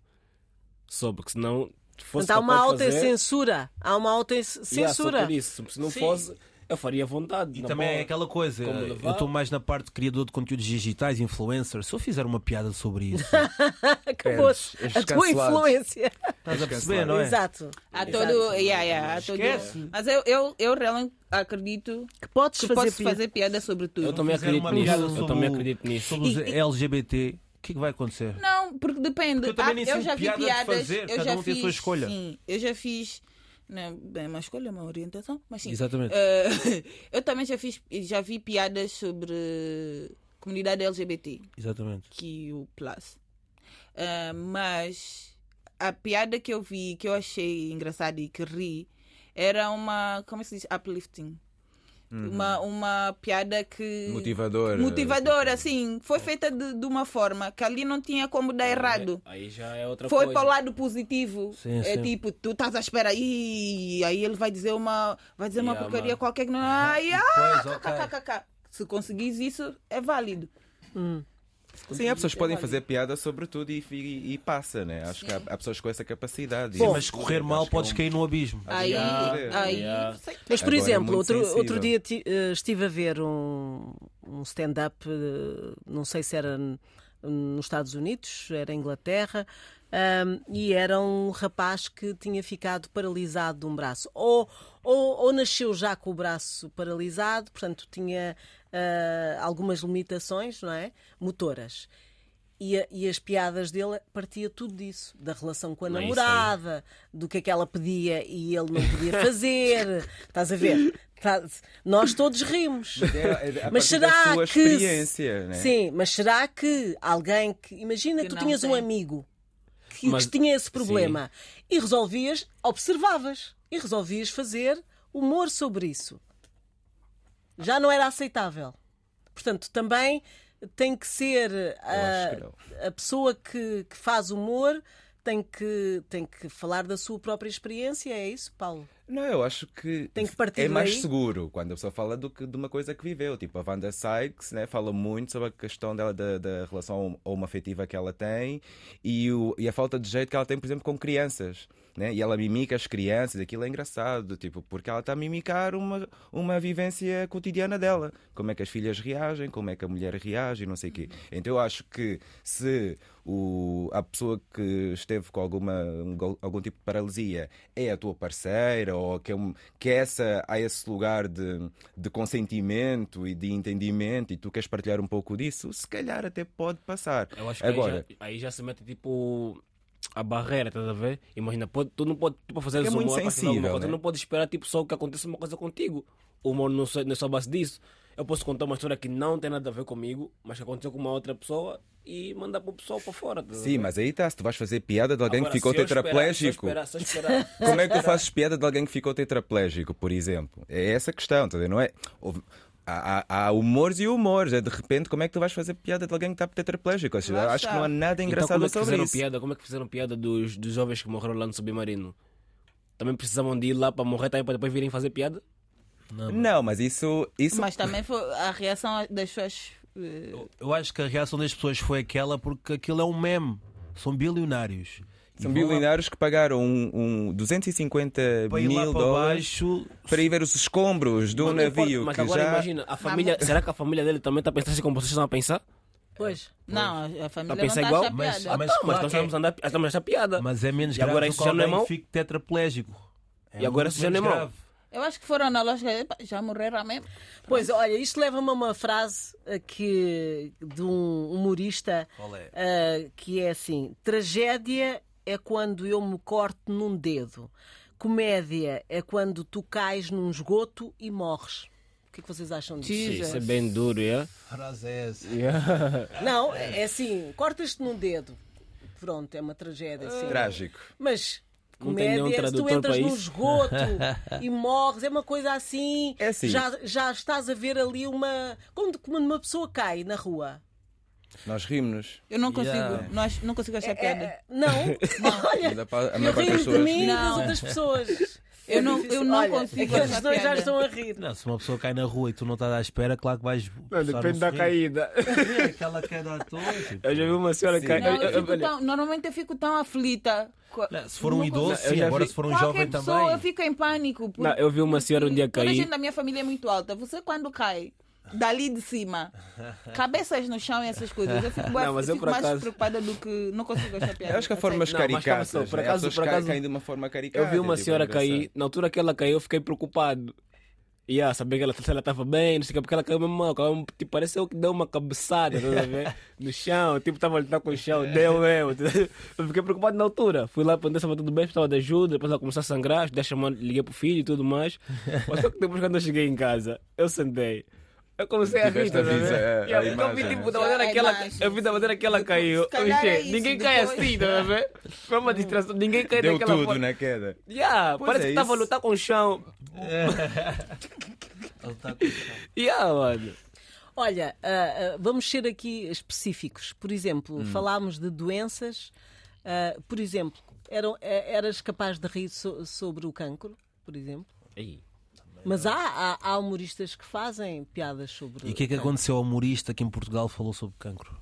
Só porque senão. se fosse
Portanto, há uma
capaz de fazer-
autocensura. Há uma
Yeah, só
autocensura.
por isso. Se não
Sim.
fosse, eu faria à vontade.
E
na
também é
boa.
aquela coisa,
Como
eu
levar.
estou mais na parte de criador de conteúdos digitais, influencer. Se eu fizer uma piada sobre isso,
Acabou-se
Perdes, és
a tua
cancelado.
influência.
estás a perceber, não é?
Exato.
Há todo. Yeah, yeah, há todo-
Esquece.
Mas eu, eu, eu realmente acredito
Que podes
que
fazer,
posso
pi-
fazer piada sobre tudo.
Eu também
Fizer
acredito
uma
nisso.
piada
Eu
sobre
também
o-
acredito nisso.
Sobre os LGBT, o que é que vai acontecer?
Não, porque depende.
Porque eu também nem
Ah,
sei
já
piada
vi
de
piadas.
fazer,
eu
cada
já
um tem
fiz,
a sua escolha.
Sim, eu já fiz. Não, bem, uma escolha, uma orientação, mas sim.
Exatamente.
Eh, eu também já fiz, já vi piadas sobre comunidade LGBT,
Exatamente.
que o plus. Eh, mas a piada que eu vi, que eu achei engraçada e que ri, era uma, como é se diz, uplifting.
Uhum.
Uma, uma piada que
Motivador.
motivadora, assim, foi feita de, de uma forma que ali não tinha como dar errado.
Aí já é outra
Foi
coisa.
para o lado positivo.
Sim,
é
sim.
tipo, tu estás à espera aí, aí ele vai dizer uma, vai dizer uma
Yeah,
porcaria
mano.
qualquer que não. Ai, ah,
Pois, ok.
kkkk. Se conseguires isso, é válido.
Sim, há pessoas que podem fazer piada sobre tudo e, e, e passa, né? Acho que há, há pessoas com essa capacidade.
Sim,
E-
mas correr mal
acho que é
podes
um-
cair no abismo.
Ah,
Aí,
Yeah,
aí,
yeah.
sei que-
Mas, por
Agora é
exemplo,
muito
outro,
sensível.
outro dia ti- eh, estive a ver um, um stand-up, eh, não sei se era n- nos Estados Unidos, era Inglaterra, ahm, e era um rapaz que tinha ficado paralisado de um braço. Ou, ou, ou nasceu já com o braço paralisado, portanto tinha ah, algumas limitações, não é? Motoras. E, a- e as piadas dele partia tudo disso, da relação com a
Não é isso aí.
namorada nada do que é que ela pedia e ele não podia fazer. Estás a ver? Tá- Nós todos rimos.
É, é, a partir
Mas será
da sua
que.
experiência, né?
Sim, mas será que alguém que. Imagina,
Que
tu
não
tinhas um
tem.
amigo que,
Mas-
que tinha esse problema e resolvias, observavas e resolvias fazer humor sobre isso. Já não era aceitável. Portanto, também tem que ser
Eu acho que
ah,
não.
a pessoa que, que faz humor tem tem que, tem que falar da sua própria experiência, é isso, Paulo?
Não, eu acho que,
Tem que partir
é mais
daí?
seguro quando a pessoa fala do que de uma coisa que viveu. Tipo, a Wanda Sykes né, fala muito sobre a questão dela da, da relação homoafetiva que ela tem e, o- e a falta de jeito que ela tem, por exemplo, com crianças. Né? E ela mimica as crianças, aquilo é engraçado, tipo, porque ela está a mimicar uma, uma vivência cotidiana dela. Como é que as filhas reagem, como é que a mulher reage, não sei o
Uhum.
quê. Então eu acho que se o, a pessoa que esteve com alguma, um go- algum tipo de paralisia é a tua parceira ou que, é um- que essa, há esse lugar de, de consentimento e de entendimento e tu queres partilhar um pouco disso, se calhar até pode passar.
Eu acho que
Agora,
aí, já, aí já se mete tipo a barreira, estás a ver? Imagina, pode- tu não pode tipo, fazer
É
humor,
muito
para fazer alguma
sensível,
coisa, tu
né?
não pode esperar tipo, só que aconteça uma coisa contigo. O humor não, se- não é só base disso. Eu posso contar uma história que não tem nada a ver comigo, mas que aconteceu com uma outra pessoa e mandar para o pessoal para fora. estás a
sim,
ver?
mas aí está, se tu vais fazer piada de alguém
Agora,
que ficou
se eu esperar-
tetraplégico.
se eu esperar- se eu esperar-
Como é que tu fazes piada de alguém que ficou tetraplégico, por exemplo? É essa a questão, tá a ver? não é? Houve- Há, há- há humores e humores. É de repente, como é que tu vais fazer piada de alguém que está tetraplégico? Ou seja,
Lá
acho que
está.
não há nada
então,
engraçado
como é que
sobre
fizeram
isso.
piada? Como é que fizeram piada dos, dos jovens que morreram lá no submarino? Também precisavam de ir lá para morrer, também para depois virem fazer piada?
Não, mas isso. isso...
Mas também foi a reação das suas. eh,
Eu acho que a reação das pessoas foi aquela porque aquilo é um meme. São bilionários. E
São
vão lá
bilionários que pagaram um, um 250
Para ir lá
mil
para
dólares
baixo,
para ir ver os escombros de um
Mas não importa,
navio
Mas
que
agora
já.
imagina, a família, será que a família dele também está a pensar assim como vocês estão a pensar?
Pois.
Não, a- a família
Tá
não
a pensar
está
igual?
a achar
Mas-
piada.
mas-
Mas, mas
claro
nós
que
estamos, a andar, nós estamos a achar piada.
mas é menos
E
grave
agora
do
isso
que
já não é
alguém
mau?
que fique tetraplégico. É
E agora
muito
isso já
menos
não é mau?
grave.
Eu acho que foram na lógica. "Epa, Já morreram mesmo.
Pois, olha, isto leva-me a uma frase eh, que, de um humorista
Qual é?
eh, que é assim: tragédia é quando eu me corto num dedo, comédia é quando tu cais num esgoto e morres. O que é que vocês acham disso?
Jesus.
Isso é bem duro, é?
Frase é essa.
Não, é é assim: cortas-te num dedo, pronto, é uma tragédia.
Ah,
Assim.
Trágico.
Mas
Não tem
comédia,
nenhum
se tu
tradutor
entras
para
num
isso.
esgoto e morres, é uma coisa assim.
É assim.
Já, já estás a ver ali uma. Quando, quando uma pessoa cai na rua.
Nós rimos-nos.
Eu não consigo.
Yeah.
Nós, não consigo achar piada.
É, não, olha,
Ainda pa- A
eu
maior parte
rio
das
de
pessoas.
mim e das
é Não.
outras pessoas.
Eu
É
não-
difícil.
eu não
Olha, é
consigo
Aqueles
achar
dois já
piada.
estão a rir.
Não, se uma pessoa cai na rua e tu não estás à espera, claro que vais.
Não,
forçar
depende
um
da
sorriso.
caída.
É, aquela queda à toa. tipo.
Eu já vi uma senhora
Sim.
cair.
Não,
eu-
eu
eu-
fico
olha,
tão- normalmente eu fico tão aflita. Co-
Não, se for um
Não
idoso,
consigo. Eu
sim,
já
agora
vi-
se for um
Qualquer
jovem
pessoa, eu
também.
fico em pânico. por-
Não, eu vi uma senhora um dia
Toda a
cair.
gente da minha família é muito alta. Você, quando cai, dali de cima, cabeças no chão e essas coisas, eu fico, bué-
Não, mas eu
fico
por
mais
acaso-
preocupada do que. Não consigo achar piada.
Eu acho que há
Eu sei.
formas
Não, mas calma
caricatas.
só, por
né? As
acaso-
pessoas
por
caem-
acaso-
caem de uma forma caricata.
Eu vi uma
tipo, é
senhora
engraçado.
cair, na altura que ela caiu eu fiquei preocupado. E yeah, sabia que ela se ela estava bem, não sei o que, porque ela caiu mesmo mal, caiu, mesmo, tipo, pareceu que deu uma cabeçada estás a ver? no chão, tipo, estava a lutar com o chão, deu mesmo. estás a ver? Eu fiquei preocupado na altura. Fui lá perguntar se estava tudo bem, precisava de ajuda, depois ela começou a sangrar, daí chamando, liguei pro filho e tudo mais. Mas só que depois quando eu cheguei em casa, eu sentei. Eu comecei a rir,
Tiveste a
estás a ver?
visa- a- a
Yeah, porque eu vi
imagem,
tipo da
né?
maneira que ela,
A imagem,
eu vi da maneira que ela
depois,
caiu.
se calhar
Oxe,
é isso,
ninguém cai
depois.
assim, estás a ver? Foi uma distração, ninguém cai
Deu
daquela
tudo
forma.
na queda.
Yeah,
Pois
parece
é
que estava a
isso.
lutar com o chão.
tá-
Yeah, mano.
Olha, ah, ah, vamos ser aqui específicos. Por exemplo,
Hum.
falámos de doenças. Ah, por exemplo, eram- eh, eras capaz de rir so- sobre o cancro, por exemplo? Mas há, há, há humoristas que fazem piadas sobre.
E o que é que aconteceu ao humorista que em Portugal falou sobre cancro?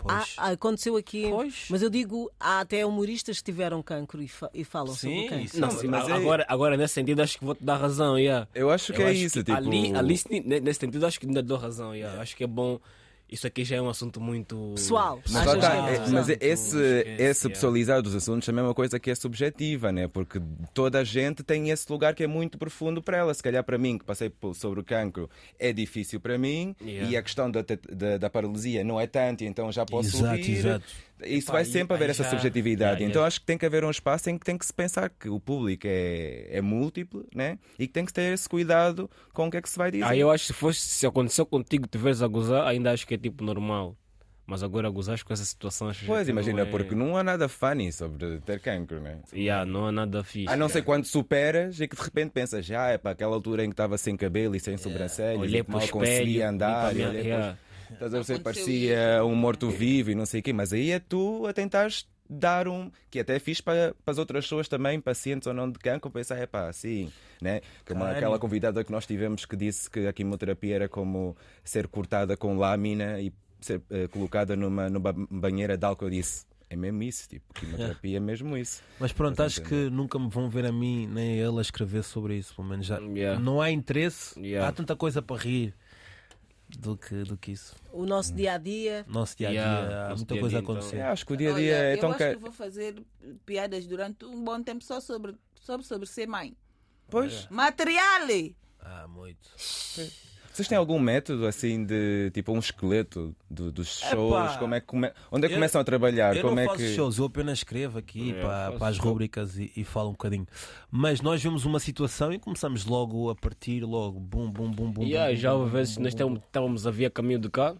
Há-
Pois.
há- aconteceu aqui.
Ah, Pois.
Mas eu digo, há até humoristas que tiveram cancro e, fa- e falam sobre
Sim,
o cancro.
isso.
Não,
Não,
mas
mas é-
agora, agora, nesse sentido, acho que vou-te dar razão. Yeah.
Eu acho que
Eu
é
acho
isso,
que
tipo.
Ali, ali, se- ne- nesse sentido, acho que ainda dou razão. Yeah. Acho que é bom. Isso aqui já é um assunto muito.
Pessoal.
Mas,
Achas
lá tá,
um
que é
é-
pessoal?
mas é- esse,
Esquece,
esse
yeah.
pessoalizar dos assuntos também é uma coisa que é subjetiva, né? Porque toda a gente tem esse lugar que é muito profundo para ela. Se calhar para mim, que passei por- sobre o cancro, é difícil para mim
Yeah.
e a questão da, te- da, da paralisia não é tanto, então já posso
Exato,
rir.
exato.
Isso
Epá,
vai
aí-
sempre haver
aí
essa
já-
subjetividade.
Yeah,
então
yeah.
acho que tem que haver um espaço em que tem que se pensar que o público é, é múltiplo, né? E que tem que ter esse cuidado com o que é que se vai dizer.
Aí Ah, eu acho que se, fosse, se aconteceu contigo, te vês a gozar, ainda acho que é tipo normal. Mas agora gozar com essa situação. acho
Pois,
que não
imagina,
é-
porque não há nada funny sobre ter cancro, né?
Yeah, não há nada fixe.
A Ah, não ser quando superas e que de repente pensas, já é para aquela altura em que estava sem cabelo e sem sobrancelha,
Olhei
e que
para o
mal
espelho.
conseguia andar,
olhei
e
para a
olhei
minha-
para os-
yeah.
estás a ver, você
Aconteceu
parecia um morto-vivo e não sei o quê, mas aí é tu a tentares dar um. que até fiz para, para as outras pessoas também, pacientes ou não de cancro, pensar, é pá, sim, né? Como
Claro.
aquela convidada que nós tivemos que disse que a quimioterapia era como ser cortada com lâmina e ser eh, colocada numa, numa banheira de álcool. Eu disse, é mesmo isso, tipo, quimioterapia é mesmo isso.
Mas pronto, acho que nunca me vão ver a mim nem a ele a escrever sobre isso, pelo menos já.
Yeah.
Não há interesse,
Yeah.
há tanta coisa para rir do que, do que isso.
O nosso dia a dia.
Nosso dia a dia,
Yeah,
há
nosso
muita
dia-a-dia,
coisa a
então.
acontecer.
É, acho que o dia a dia
Olha,
é
eu
tão
acho
ca-
que vou fazer piadas durante um bom tempo só sobre, só sobre ser mãe.
Pois.
Material!
Ah, muito.
Vocês têm algum método assim de tipo um esqueleto do- dos shows?
Epá.
Como é que come- Onde é que
Eu-
começam a trabalhar?
Eu
Como
não
é
faço
que...
shows, eu apenas escrevo aqui
Yeah,
para,
faço
para as
show.
rubricas e, e falo um bocadinho. Mas nós vemos uma situação e começamos logo a partir, logo, bum, bum, bum, bum.
Yeah,
bum,
ah, já
bum,
houve
bum,
vezes
bum,
nós
bum,
tem- estávamos a via caminho de cá,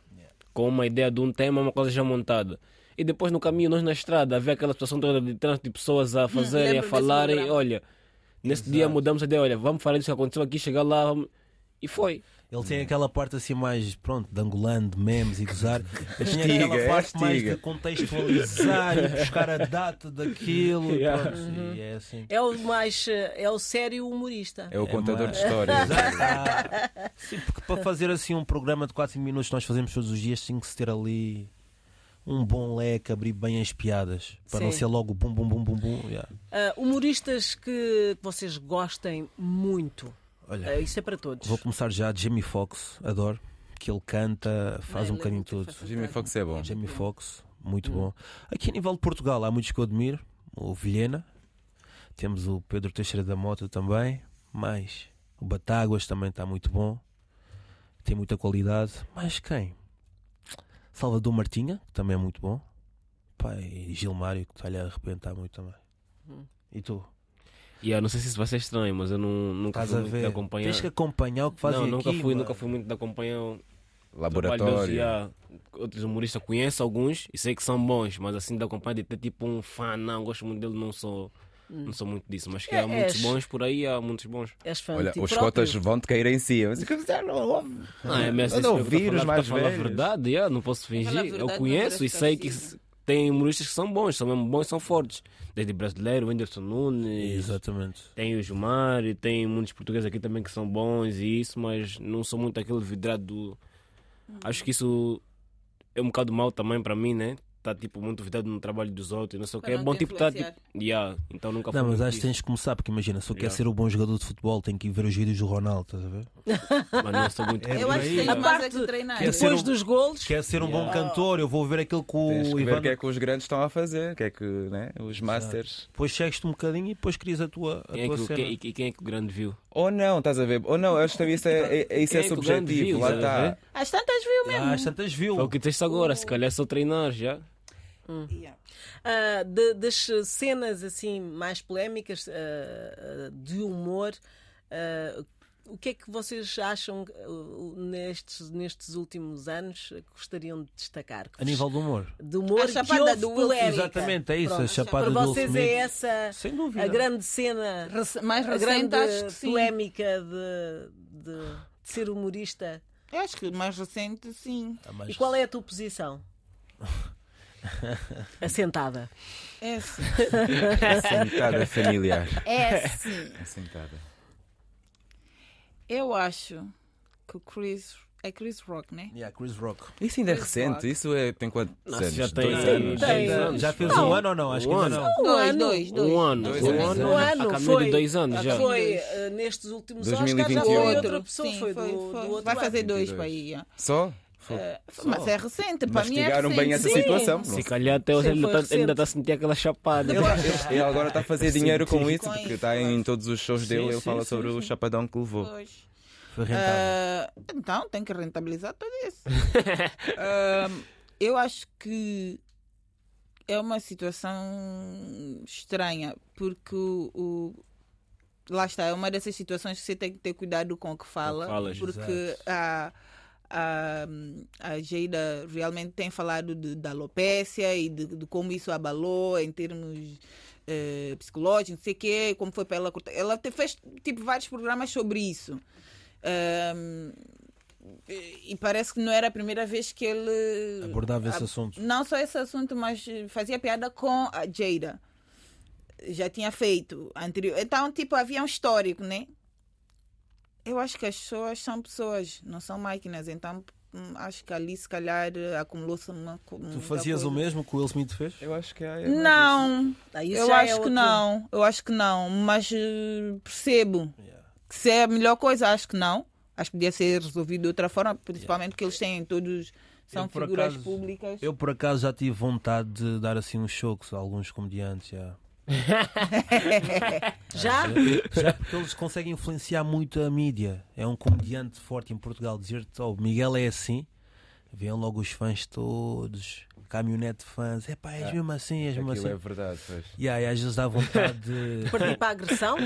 com uma ideia de um tema, uma coisa já montada. E depois no caminho, nós na estrada, havia aquela situação toda de trânsito de pessoas a
Hum,
fazerem, a
lembro desse
falarem.
programa.
Olha, nesse dia mudamos a ideia, olha, vamos falar disso que aconteceu aqui, chegar lá. vamos- E foi.
Ele
É.
tem aquela parte assim mais, pronto, de angolano, de memes e gozar. Eu tinha aquela
Estiga, é,
parte mais
estiga.
de contextualizar e buscar a data daquilo. e
Yeah.
pronto, e é assim.
É o mais. eh, É o sério humorista.
É o contador
mais-
de histórias.
Exato. Sim, porque para fazer assim um programa de 4 minutos nós fazemos todos os dias, tem que se ter ali um bom leque, abrir bem as piadas. Para não
Sim.
ser logo bum, bum, bum, bum, bum. yeah.
Ah, humoristas que vocês gostem muito.
Olha,
Ah, isso é para todos.
vou começar já. Jamie Foxx, adoro. Que ele canta, faz um
Não, ele é
bocadinho
muito
tudo.
facilitado.
Jimmy Fox é bom.
Jamie Foxx, muito bom. Aqui a nível de Portugal há muitos que eu admiro. O Vilhena, temos o Pedro Teixeira da Mota também, mais o Batáguas também está muito bom, tem muita qualidade. Mais quem? Salvador Martinha, que também é muito bom. Pá, e Gilmário, que está-lhe a arrebentar muito também. E tu?
E eu não sei se isso vai ser estranho, mas eu não, nunca
Estás
fui
a
muito de
ver?
acompanhar.
Tens que acompanhar o que fazem
não, nunca
aqui,
fui,
mano.
nunca fui muito de acompanhar. o trabalho deles,
Laboratório.
yeah. Outros humoristas conheço alguns e sei que são bons, mas assim de acompanhar de ter tipo um fã, não, gosto muito dele, não sou,
Hum.
não sou muito disso, mas que
É,
há muitos
és-
bons por aí, há muitos bons.
És fã
Olha,
de ti
os
próprio.
cotas vão te cair em cima. Mas, que- ah, não, ouve.
Não, é mesmo isso
Anda a
que eu tô
ouvir os
falando,
mais
tô falando a
velhos.
verdade, yeah, não posso fingir.
Fala a verdade,
eu
não
conheço e
parece
sei que
assim,
s- tem humoristas que são bons, são mesmo bons, são fortes. Desde brasileiro, Whindersson Nunes,
Exatamente.
tem o Gilmar e tem muitos portugueses aqui também que são bons e isso, mas não sou muito aquele vidrado. do-
Uhum.
Acho que isso é um bocado mau também para mim, né? Tá tipo muito vidrado no trabalho dos outros, e não sei o que.
Pra
É
não
bom
te
tipo tá tipo,
influenciar.
yeah, então nunca
Não,
fui
mas
muito
acho que
disso.
tens de começar, porque imagina, se eu quero
Yeah.
ser um bom jogador de futebol, tenho que ir ver os vídeos do Ronaldo, estás a ver?
Mas não sou muito.
Eu
por
acho que
aí.
tem
A
mais é
parte
que treinar.
que é ser
Ah, Depois
um-
dos golos,
Quer ser um bom
Yeah.
cantor, eu vou ver aquilo que
Tens
o
que ver
Ivan.
o que é que os grandes estão a fazer. o que é que, né, Os masters.
Depois chegas-te um bocadinho e depois crias a tua, a
Quem é que,
tua
o-
cena.
quem- e- e quem é que o grande viu?
Ou não, estás a ver? Ou não, acho que também isso é, é- é- isso
Quem
é
é que o grande viu,
subjetivo. Lá
estás a
está.
ver?
As tantas viu mesmo.
Ah, as tantas viu.
É o que disseste agora, se calhar só treinar já. Hum.
ah, de- das cenas assim mais polémicas ah, ah, de humor, ah, o que é que vocês acham ah, nestes, nestes últimos anos que gostariam de destacar? Que
A nível do humor.
de humor
A
que
chapada
houve
do Will
polémica.
Smith.
Exatamente, é isso,
Pronto,
a chapada
Para
do Will
vocês
Smith.
é essa
Sem dúvida.
a grande cena,
Rece- Mais
a
recente,
grande
acho que sim.
polémica de, de- de ser humorista.
Eu acho que mais recente, sim.
Ah, mas-
E qual é a tua posição? Assentada.
É sim.
É Sentada assim um familiar. assim um
É sim.
Sentada.
Eu acho que o Chris. É Chris Rock, né?
Yeah, Chris Rock.
Isso ainda é
Chris
recente.
Rock.
Isso é, tem quantos anos?
já tem
Dois
anos.
anos.
Tem.
Já-
anos.
Já fez
Não.
um ano ou não? Acho que
Um
ainda
ano.
não.
Um
dois,
ano.
dois, dois. Ah,
Um ano,
Dois
um
anos.
ano,
Um ano,
a caminho
foi,
de dois anos já.
Foi eh, nestes últimos Oscars, já
2021.
foi outra pessoa,
Sim,
foi, do, do outro
Vai fazer
lado.
dois
22.
para aí. yeah.
Só?
Eh, Mas é recente, para mim é recente.
Mastigaram bem essa
Sim.
situação.
Se calhar até hoje
Sim,
ele
foi
tá-
recente.
ainda está a sentir aquela chapada.
Ele, ele- ele agora está a fazer dinheiro com
sim.
isso,
Com
porque
isso,
está em todos os shows dele. Ele
sim,
fala
sim,
sobre o chapadão que levou.
Dois.
Foi rentável.
Ah, então tem que rentabilizar tudo isso. Ah, eu acho que é uma situação estranha, porque o, o- lá está, é uma dessas situações que você tem que ter cuidado com o que fala,
falas,
porque a, a, a Geida realmente tem falado de- da alopécia e de, de como isso abalou em termos eh, psicológicos, não sei o quê, como foi para ela cortar. Ela te- fez tipo vários programas sobre isso. Ahm, E e parece que não era a primeira vez que
Ah,
ele
Abordava esse
a-
assunto.
Não só esse assunto, mas eh, fazia piada com a Jada. Já tinha feito anterior. Então, tipo, havia um histórico, né? Eu acho que as pessoas são pessoas, não são máquinas. Então, hum, acho que ali, se calhar, eh, acumulou-se uma. co-
Tu
muita
fazias o
coisa.
mesmo que o Will Smith fez?
Eu acho que é. é mais isso.
Não,
Ah, isso
eu
já é
acho que
outro-
não. Eu acho que não. Mas eh, percebo que se é a melhor coisa, acho que não. Acho que podia ser resolvido de outra forma, principalmente porque eles têm todos. São
Eu, por
figuras
acaso,
públicas.
Eu por acaso já tive vontade de dar assim uns chocos a alguns comediantes. Já.
Já?
Já porque eles conseguem influenciar muito a mídia. É um comediante forte em Portugal dizer-te, oh, Miguel é assim. Vêm logo os fãs todos, caminhonete de fãs, é pá, és mesmo assim, és mesmo
Aquilo
assim.
é verdade, pois.
E aí às vezes dá vontade de.
Partir para a agressão?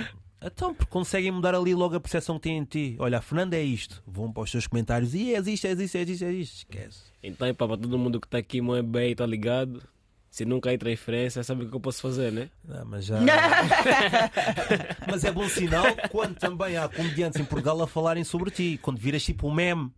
Então, porque conseguem mudar ali logo a percepção que têm em ti. Olha, a Fernanda é isto. Vão para os teus comentários e és isto, és isto, és isto, és isto. Esquece.
Então, é para todo mundo que está aqui, mãe bem, tá ligado? Se nunca há transferência, sabe o que eu posso fazer, né?
Não, Ah, mas já. mas é bom sinal quando também há comediantes em Portugal a falarem sobre ti. Quando viras tipo um meme.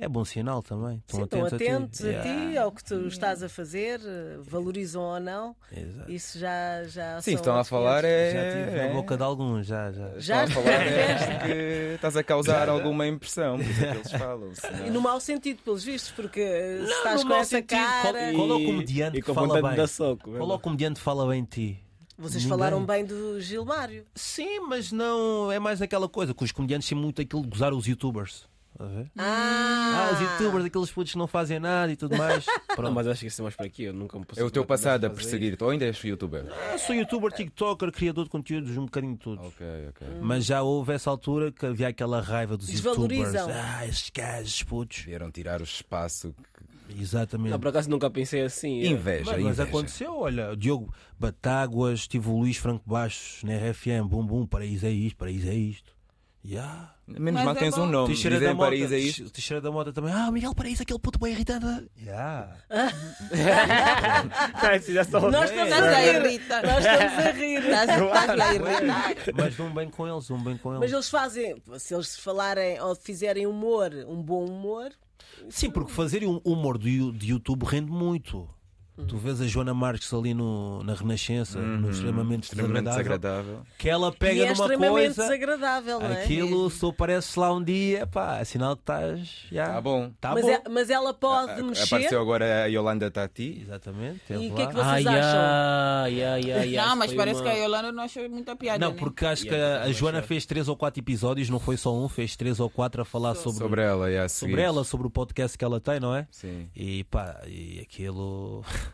É bom sinal também. Estão
Sim, estão
atentos,
atentos a ti,
Yeah.
ao que tu estás a fazer, eh, valorizam ou não.
Exato.
Isso já. já
Sim,
são
estão a
outros
falar
500.
é.
Já tive
é.
na boca de alguns, já, já.
Já?
Estão a falar é que estás a causar alguma impressão, por isso é que eles falam. senão-
E no mau sentido, pelos vistos, porque eh, se estás
no
com
mau
essa
sentido, qual-
cara.
qual é o comediante
e com
que fala
vontade de
bem?
dar soco,
Qual é o comediante que fala bem de ti?
Vocês
Ninguém.
falaram bem do Gilmário.
Sim, mas não é mais aquela coisa que os comediantes têm muito aquilo de gozar os youtubers. Estás A ver? Ah,
Ah,
os youtubers, aqueles putos que não fazem nada e tudo mais.
Não,
Pronto, mas
mas acho que isso é mais para aqui, eu nunca me posso
É o teu
nunca posso
passado a
fazer
perseguir-te, ou ainda és youtuber?
eu Ah, sou youtuber, tiktoker, criador de conteúdos, um bocadinho de tudo.
Ok, ok.
Hum.
Mas já houve essa altura que havia aquela raiva dos youtubers.
Desvalorizam.
Ah, esses gajos, putos.
Vieram tirar o espaço. que-
isso.
Exatamente.
Não, Ah, por acaso nunca pensei assim. é.
Inveja,
Mas, mas
inveja.
aconteceu, olha, Diogo Batáguas, tive o Luís Franco Baixos na RFM, bum bum, paraíso é isto, paraíso é isto. Yeah.
Menos
Mas
mal
é
tens um
bom.
nome.
Teixeira
Dizem
da
em
Mota,
Paris é isto.
Teixeira da Mota também, ah, Miguel Paraíso, aquele puto bem irritante. Yeah.
Ah, isso já só-
Nós estamos
Estás
a
a
rir.
irritar.
Nós estamos Tá a rir. Tá
Estás, estás a irritar.
Mas vão bem com eles, vão bem com eles.
Mas eles fazem, se eles falarem ou fizerem humor, um bom humor,
Sim, porque fazer um humor de, you- de YouTube rende muito. Tu vês a Joana Marques ali no, na Renascença, no extremamente,
Extremamente
desagradável,
desagradável.
que ela
e
pega
é
numa
extremamente
coisa,
desagradável, não é?
aquilo só aparece lá um dia, pá, é sinal que estás já.
Tá bom.
Tá
mas,
bom.
é- mas ela pode mexer.
Apareceu agora a Yolanda Tati.
Exatamente.
E
teve
o que é
lá.
que vocês acham?
Não, mas parece que a Yolanda não achou muita piada.
Não,
né?
porque acho
E
que
é
a,
agora
a
vai
Joana
chegar.
fez três ou quatro episódios, não foi só um, fez três ou quatro a falar sobre, sobre,
Sobre ela, é a seguir.
ela, sobre o podcast que ela tem, não é?
Sim.
E pá, e aquilo.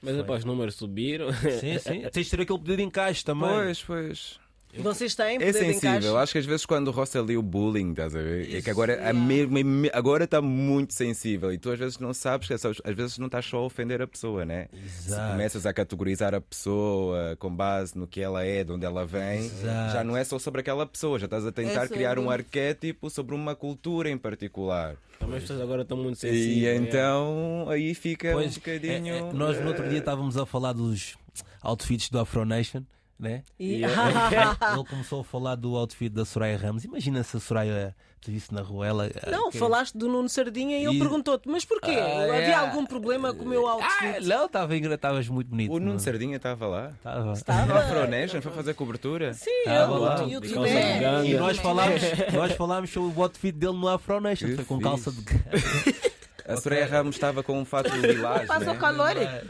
Mas epá, os números subiram.
sim, sim. Tens de ter aquele pedido de encaixe também.
Pois, pois.
Vocês têm
É
poder de encaixe?
sensível. Acho que às vezes quando roça ali o bullying, estás a ver? É que agora, a mesma- agora está muito sensível. E tu às vezes não sabes, que é só- às vezes não estás só a ofender a pessoa, né? Se
Exato.
começas a categorizar a pessoa com base no que ela é, de onde ela vem,
Exato.
já não é só sobre aquela pessoa, já estás a tentar
É
criar um
sobre-
arquétipo sobre uma cultura em particular.
Também as pessoas agora estão muito
E
sensíveis. né?
então aí fica
é. Pois,
um bocadinho.
é, é, nós no outro dia estávamos a falar dos outfits do Afro Nation, né?
E-
Ele começou a falar do outfit da Soraya Ramos. Imagina se a Soraya te visse na rua, ela. eh,
Não,
que-
falaste do Nuno Sardinha e ele
E-
perguntou-te, mas porquê?
Ah,
Havia
é.
algum problema com o meu outfit?
Ah, não, estava engra- estavas muito bonito.
O Nuno
não? é?
Sardinha estava lá.
Estava.
Estava Afro Nation, foi fazer cobertura.
Sim,
Estava
eu,
né? lá,
e o
de
que
calça de
der.
ganga.
E
é.
nós falámos, nós falámos sobre o outfit dele no Afro Nation,
Que
foi com
fixe.
calça de
A Soraya Ramos estava com um fato lilás,
Faz
né?
o calor.
é,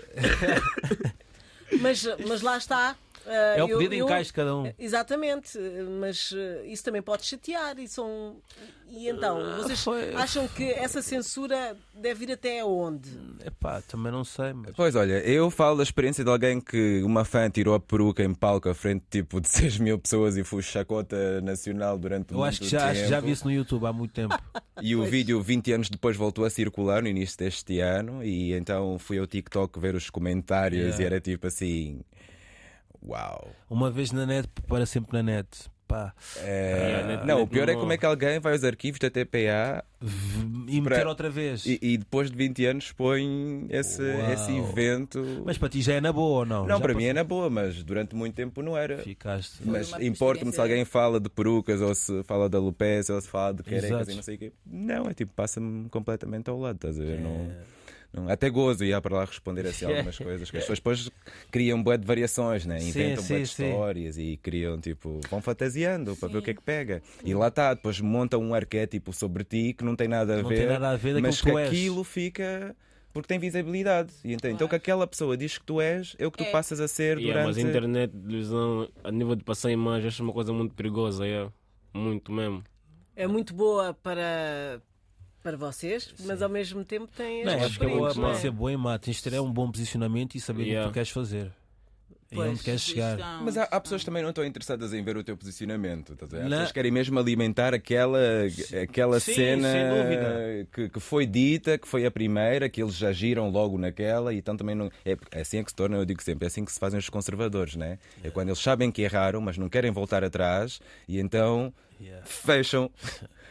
Mas, mas lá está. ah,
É o
eu-
pedido em
eu-
encaixe de cada um.
Exatamente, mas eh, isso também pode chatear e são. E então, vocês
foi-
acham que essa censura deve ir até onde?
Epá, também não sei, mas.
Pois olha, eu falo da experiência de alguém que uma fã tirou a peruca em palco à frente tipo de 6 mil pessoas e foi chacota nacional durante
Eu
muito
acho que já, acho
tempo.
que já vi isso no YouTube há muito tempo.
E o vídeo 20 anos depois voltou a circular no início deste ano e então fui ao TikTok ver os comentários e era tipo assim. Uau!
Uma vez na net, para sempre na net. Pá,
É,
Ah,
não,
net-
o pior é
não-
como é que alguém vai aos arquivos da TPA
e meter
Para-
outra vez.
E, e depois de 20 anos põe esse,
Uau.
esse evento.
Mas para ti já é na boa ou não?
não,
Já
para mim
passou-
é na boa, mas durante muito tempo não era.
Ficaste.
Foi
Mas
uma
importa-me se
experiência-
alguém fala de perucas ou se fala da alopecia ou se fala de carecas
Exato.
e não sei o quê. Não, é tipo, passa-me completamente ao lado, estás a
É.
ver? Não, não- até gozo ia para lá responder assim algumas coisas que as pessoas depois criam bué de variações, né?
Sim,
inventam bué
sim,
de
sim.
histórias e criam tipo, vão fantasiando para ver o que é que pega. E lá está, depois montam um arquétipo sobre ti que não tem nada a
Não tem
ver,
nada a ver daquilo
mas
que tu és.
aquilo fica. Porque tem visibilidade. E então, então, o que aquela pessoa diz que tu és, é o que tu
É.
passas a ser
Yeah, mas
durante.
a internet, televisão, a nível de passar imagem, acho uma coisa muito perigosa, yeah. muito mesmo.
É muito boa para, para vocês, mas ao mesmo tempo tem
Não,
as
acho que é boa,
perigos, não
pode
é?
ser boa em mate. Tens de ter é um bom posicionamento e saber o que
Yeah.
tu queres fazer. e
Pois, é
onde queres chegar.
Estão-
Mas há, há pessoas que também não estão interessadas em ver o teu posicionamento. Estás a ver? Há
Não.
pessoas que querem mesmo alimentar aquela, aquela
Sim,
cena
sem dúvida.
que, que foi dita, que foi a primeira, que eles já giram logo naquela e então também não. É é assim que se torna, eu digo sempre, é assim que se fazem os conservadores, né? É quando eles sabem que erraram, mas não querem voltar atrás e então
Yeah.
fecham,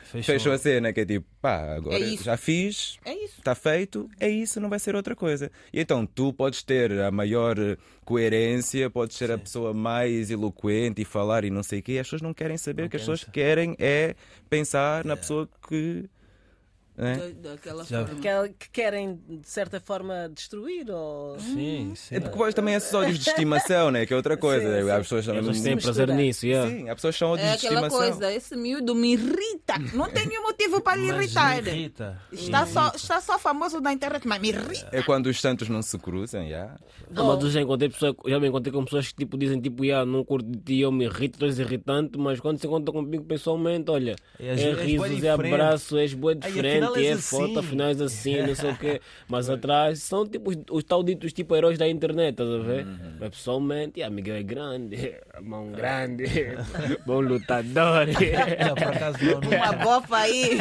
Fechou.
fecham a cena, que é tipo, pá, agora
É isso.
já fiz,
É isso.
está Tá feito, é isso, não vai ser outra coisa. E então tu podes ter a maior eh, coerência, podes ser a pessoa mais eloquente e falar e não sei o quê, e as pessoas não querem saber, o que as pessoas querem é pensar na pessoa que. né?
Da- daquela
Já-
forma.
Que, é- que querem, de certa forma, destruir ou.
Sim, sim.
É porque depois também acessórios de estimação, né? que é outra coisa.
Sim, sim.
As
É
pessoas também.
Elas
não-
têm
mistura.
prazer nisso, yeah.
Sim, as pessoas são ódios
É
de
aquela
estimação.
coisa, esse miúdo me irrita. Não tem nenhum motivo para lhe
Mas
irritar.
me irrita.
Está só, está só famoso na internet, mas me irrita.
É quando os santos não se cruzam, já.
Ah, mas eu já, encontrei pessoa, já me encontrei com pessoas que tipo, dizem tipo, yeah, não curto de ti, eu me irrito, tu és irritante, mas quando se encontra comigo pessoalmente, olha,
É,
é,
és- és bué
risos, é
diferente.
abraço, és boa
afinal
diferente,
és assim.
é
é.
foto, afinal és assim, não sei o quê. Mas atrás são tipo os, os tal ditos tipo heróis da internet, estás a ver?
Uhum.
Mas pessoalmente, yeah, Miguel é grande,
É.
mão grande, bom lutador,
Não, É, por acaso não, não.
Uma bofa aí.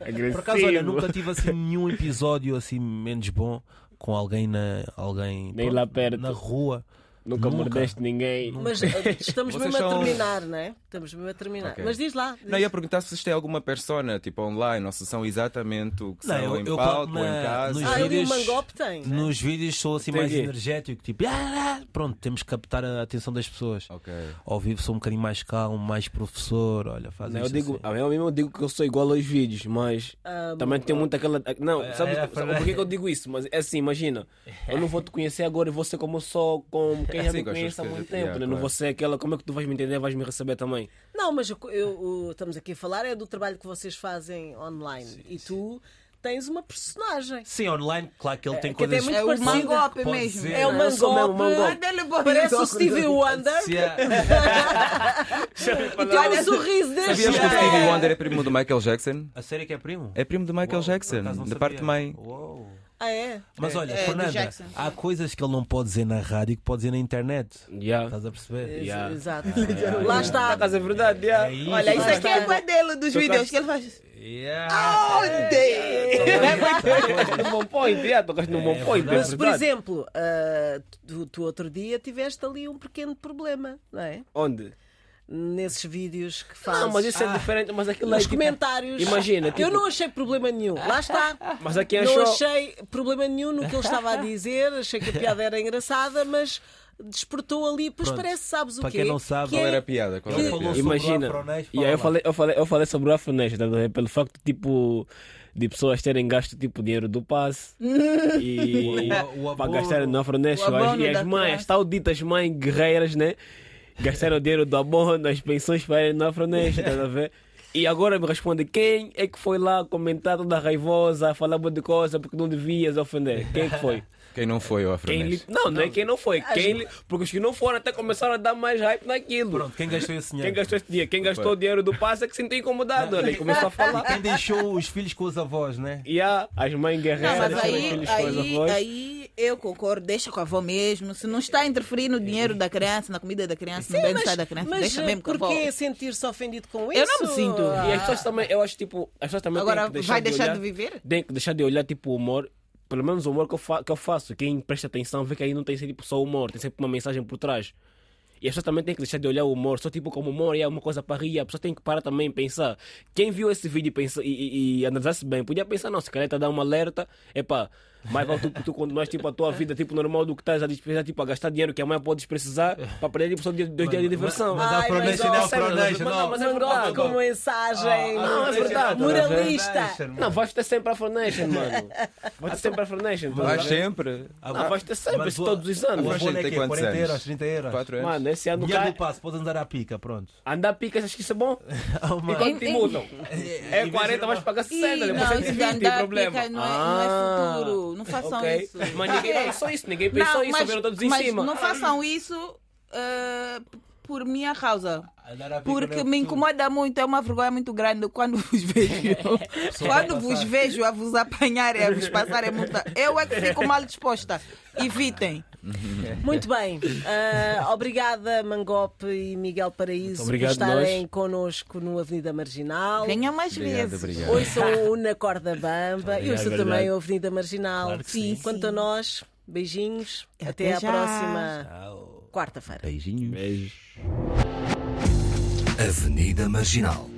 agressivo.
Por acaso, olha, nunca tive assim nenhum episódio assim menos bom com alguém na alguém
Nem lá perto.
na rua.
Nunca
Nunca.
mordeste ninguém.
Mas eh, estamos
Vocês
mesmo a
são-
terminar, não é? Estamos mesmo a terminar.
Ok.
Mas diz lá. diz.
Não, ia perguntar se isto é alguma persona, tipo online, ou se são exatamente o que
Não,
são
eu-
em
eu
palco
quando
ou
na-
em casa.
nos
ah, ali o
vídeos-
Mangop tem. não é?
Nos vídeos sou assim
Tem
mais
aqui.
energético, tipo, "Ah, ah", pronto, temos que captar a atenção das pessoas.
Ok.
Ao vivo sou um bocadinho mais calmo, mais professor, olha, faz
Não, Né? eu
isto
digo,
assim.
a mim mesmo eu digo que eu sou igual aos vídeos, mas
Ah,
também tem muito aquela. Não, sabes,
é,
sabe por que que eu digo isso? Mas é assim, imagina, eu não vou te conhecer agora e vou ser como eu sou, como quem já
Sim,
me
com as
conhece há
suas
muito
coisas,
tempo,
yeah,
né? não
claro.
vou ser aquela. Como é que tu vais me entender, vais me receber também?
Não, mas o que eu- o- estamos aqui a falar é do trabalho que vocês fazem online. e tu tens uma personagem.
Sim, online, claro que ele tem
que até é
coisas
muito
É o
Parecida.
mangope
Pode
mesmo. um
ser.
É o
Eu
sou mesmo
Mangop.
Mangop.
Parece o Stevie Wonder.
Se é-
E
é.
tem um sorriso deste.
Sabias que o Stevie Wonder é primo do Michael Jackson?
A série que é primo?
É primo do Michael
Uau,
Jackson,
por acaso não
da parte de
sabia.
mãe.
Uau.
Ah, é?
Mas olha,
é, do
Fernanda,
Jackson.
há coisas que ele não pode dizer na rádio que pode dizer na internet.
Yeah.
Estás a perceber?
Ex-
Yeah.
Exato. Lá está.
Mas é verdade, yeah.
isso.
Olha, isso aqui é o modelo dos vídeos
acho-
que ele faz.
Yeah.
né? no bom point, yeah, tocaste no bom point, é
verdade.
Mas, por
verdade.
exemplo, ah, tu, tu outro dia tiveste ali um pequeno problema, não é?
Onde?
Nesses vídeos que fazes. Ah,
Não, mas isso é diferente, mas aquilo é.
Nos
tipo-
comentários.
Imagina, tipo-
Eu não achei problema nenhum. Lá está.
Mas aqui
Não
achou.
achei problema nenhum no que ele estava a dizer. Achei que a piada era engraçada, mas despertou ali. Pois
Pronto.
parece, sabes o
Para
quê?
quem não sabe,
Que
Qual
é-
era a piada? Qual
que-
era a
Falou
piada?
sobre
Imagina.
o Afronés,
E
fala
aí eu
lá.
falei, eu falei, eu falei sobre o Afronés, estás a ver? pelo facto tipo de pessoas terem gasto tipo dinheiro do passe e
O- o- o
para
abono.
gastarem no Afronés
O abono
e as
da
mães,
classe.
as talditas mães guerreiras, né? Gastaram o dinheiro do abono, as pensões para ir no Afronés, estás a ver? E agora me responde quem é que foi lá comentar toda raivosa, a falar bué de coisa porque não devias ofender. Quem é que foi?
Quem não foi o
Quem lhe-
Afronês?
Não, não é quem não foi. Quem lhe- Porque os que não foram até começaram a dar mais hype naquilo.
Pronto, quem gastou esse dinheiro?
Quem gastou esse dinheiro? Quem gastou o dinheiro do passe é que se sentiu incomodado. Olha, e começou
E
a falar.
quem deixou os filhos com os avós, né?
E há as mães
Não,
guerreiras,
mas
deixaram
aí,
aqueles coisas
aí, aí eu concordo, deixa com a avó mesmo. Se não está a interferir no dinheiro da criança, na comida da criança, no bem-estar da criança,
mas
deixa mesmo com a avó.
porquê sentir-se ofendido com isso? Ah,
Eu não me sinto.
E as pessoas também, eu acho tipo, as pessoas também
Agora
têm que deixar
vai
de
deixar
olhar,
de viver?
Tem que deixar de olhar tipo o humor, pelo menos o humor que eu, fa- que eu faço. Quem presta atenção vê que aí não tem sempre tipo, só humor, tem sempre uma mensagem por trás. E as pessoas também têm que deixar de olhar o humor, só tipo como humor é uma coisa para rir. A pessoa tem que parar também e pensar. Quem viu esse vídeo e, pensa- e, e- e analisar-se bem, podia pensar, não, se calhar está a dar uma alerta, epá, mais vale tu, tu continuas tipo, a tua vida tipo, normal do que estás a despensar, tipo, a gastar dinheiro que amanhã podes precisar para perder tipo, só dia- dois dias de diversão.
Mas
Ai,
a Pronation
mas
é
ó,
o Pronation.
mas não, mas é
Não
verdade.
gosto como mensagem
não, é verdade.
moralista.
Não, vais ter sempre a Fornation, mano. Vais ter sempre a Fornation.
Vai sempre.
Não, vais ter sempre, isso todos os anos.
O
Mas
abono é
tem
que é
quantos
40
anos?
euros, 30 euros.
Quatro anos.
Mano, esse ano
Dinheiro
cai.
do passo, podes andar à pica, pronto.
Andar picas, acho que isso é bom.
Oh,
E
mano.
quando te
Em-
mudam? É
em vez de
40,
uma-
vais pagar
é
Ih,
60, depois
não, isso de
120, é
andar
problema. Ah.
pica não é, não é futuro. Não façam
Ok.
isso.
Mas ninguém
É.
pensou isso, ninguém pensou isso, viram todos em
mas
cima.
não façam isso eh, por minha causa.
Andar à pica não
Porque
é
me
futuro.
incomoda muito, é uma vergonha muito grande quando vos vejo. quando vos vejo a vos apanhar, a vos passarem muita. Eu é que fico mal disposta. Evitem.
Muito bem. Ah, obrigada, Mangope e Miguel Paraíso,
obrigado,
por estarem connosco no Avenida Marginal.
Venham mais
Obrigado,
vezes.
obrigado.
Ouçam o Na Corda Bamba e ouçam
verdade.
também o Avenida Marginal.
Claro que
sim.
sim.
Quanto a nós, beijinhos. Até,
Até
à
já.
próxima
Au.
quarta-feira.
Beijinhos.
Avenida Marginal.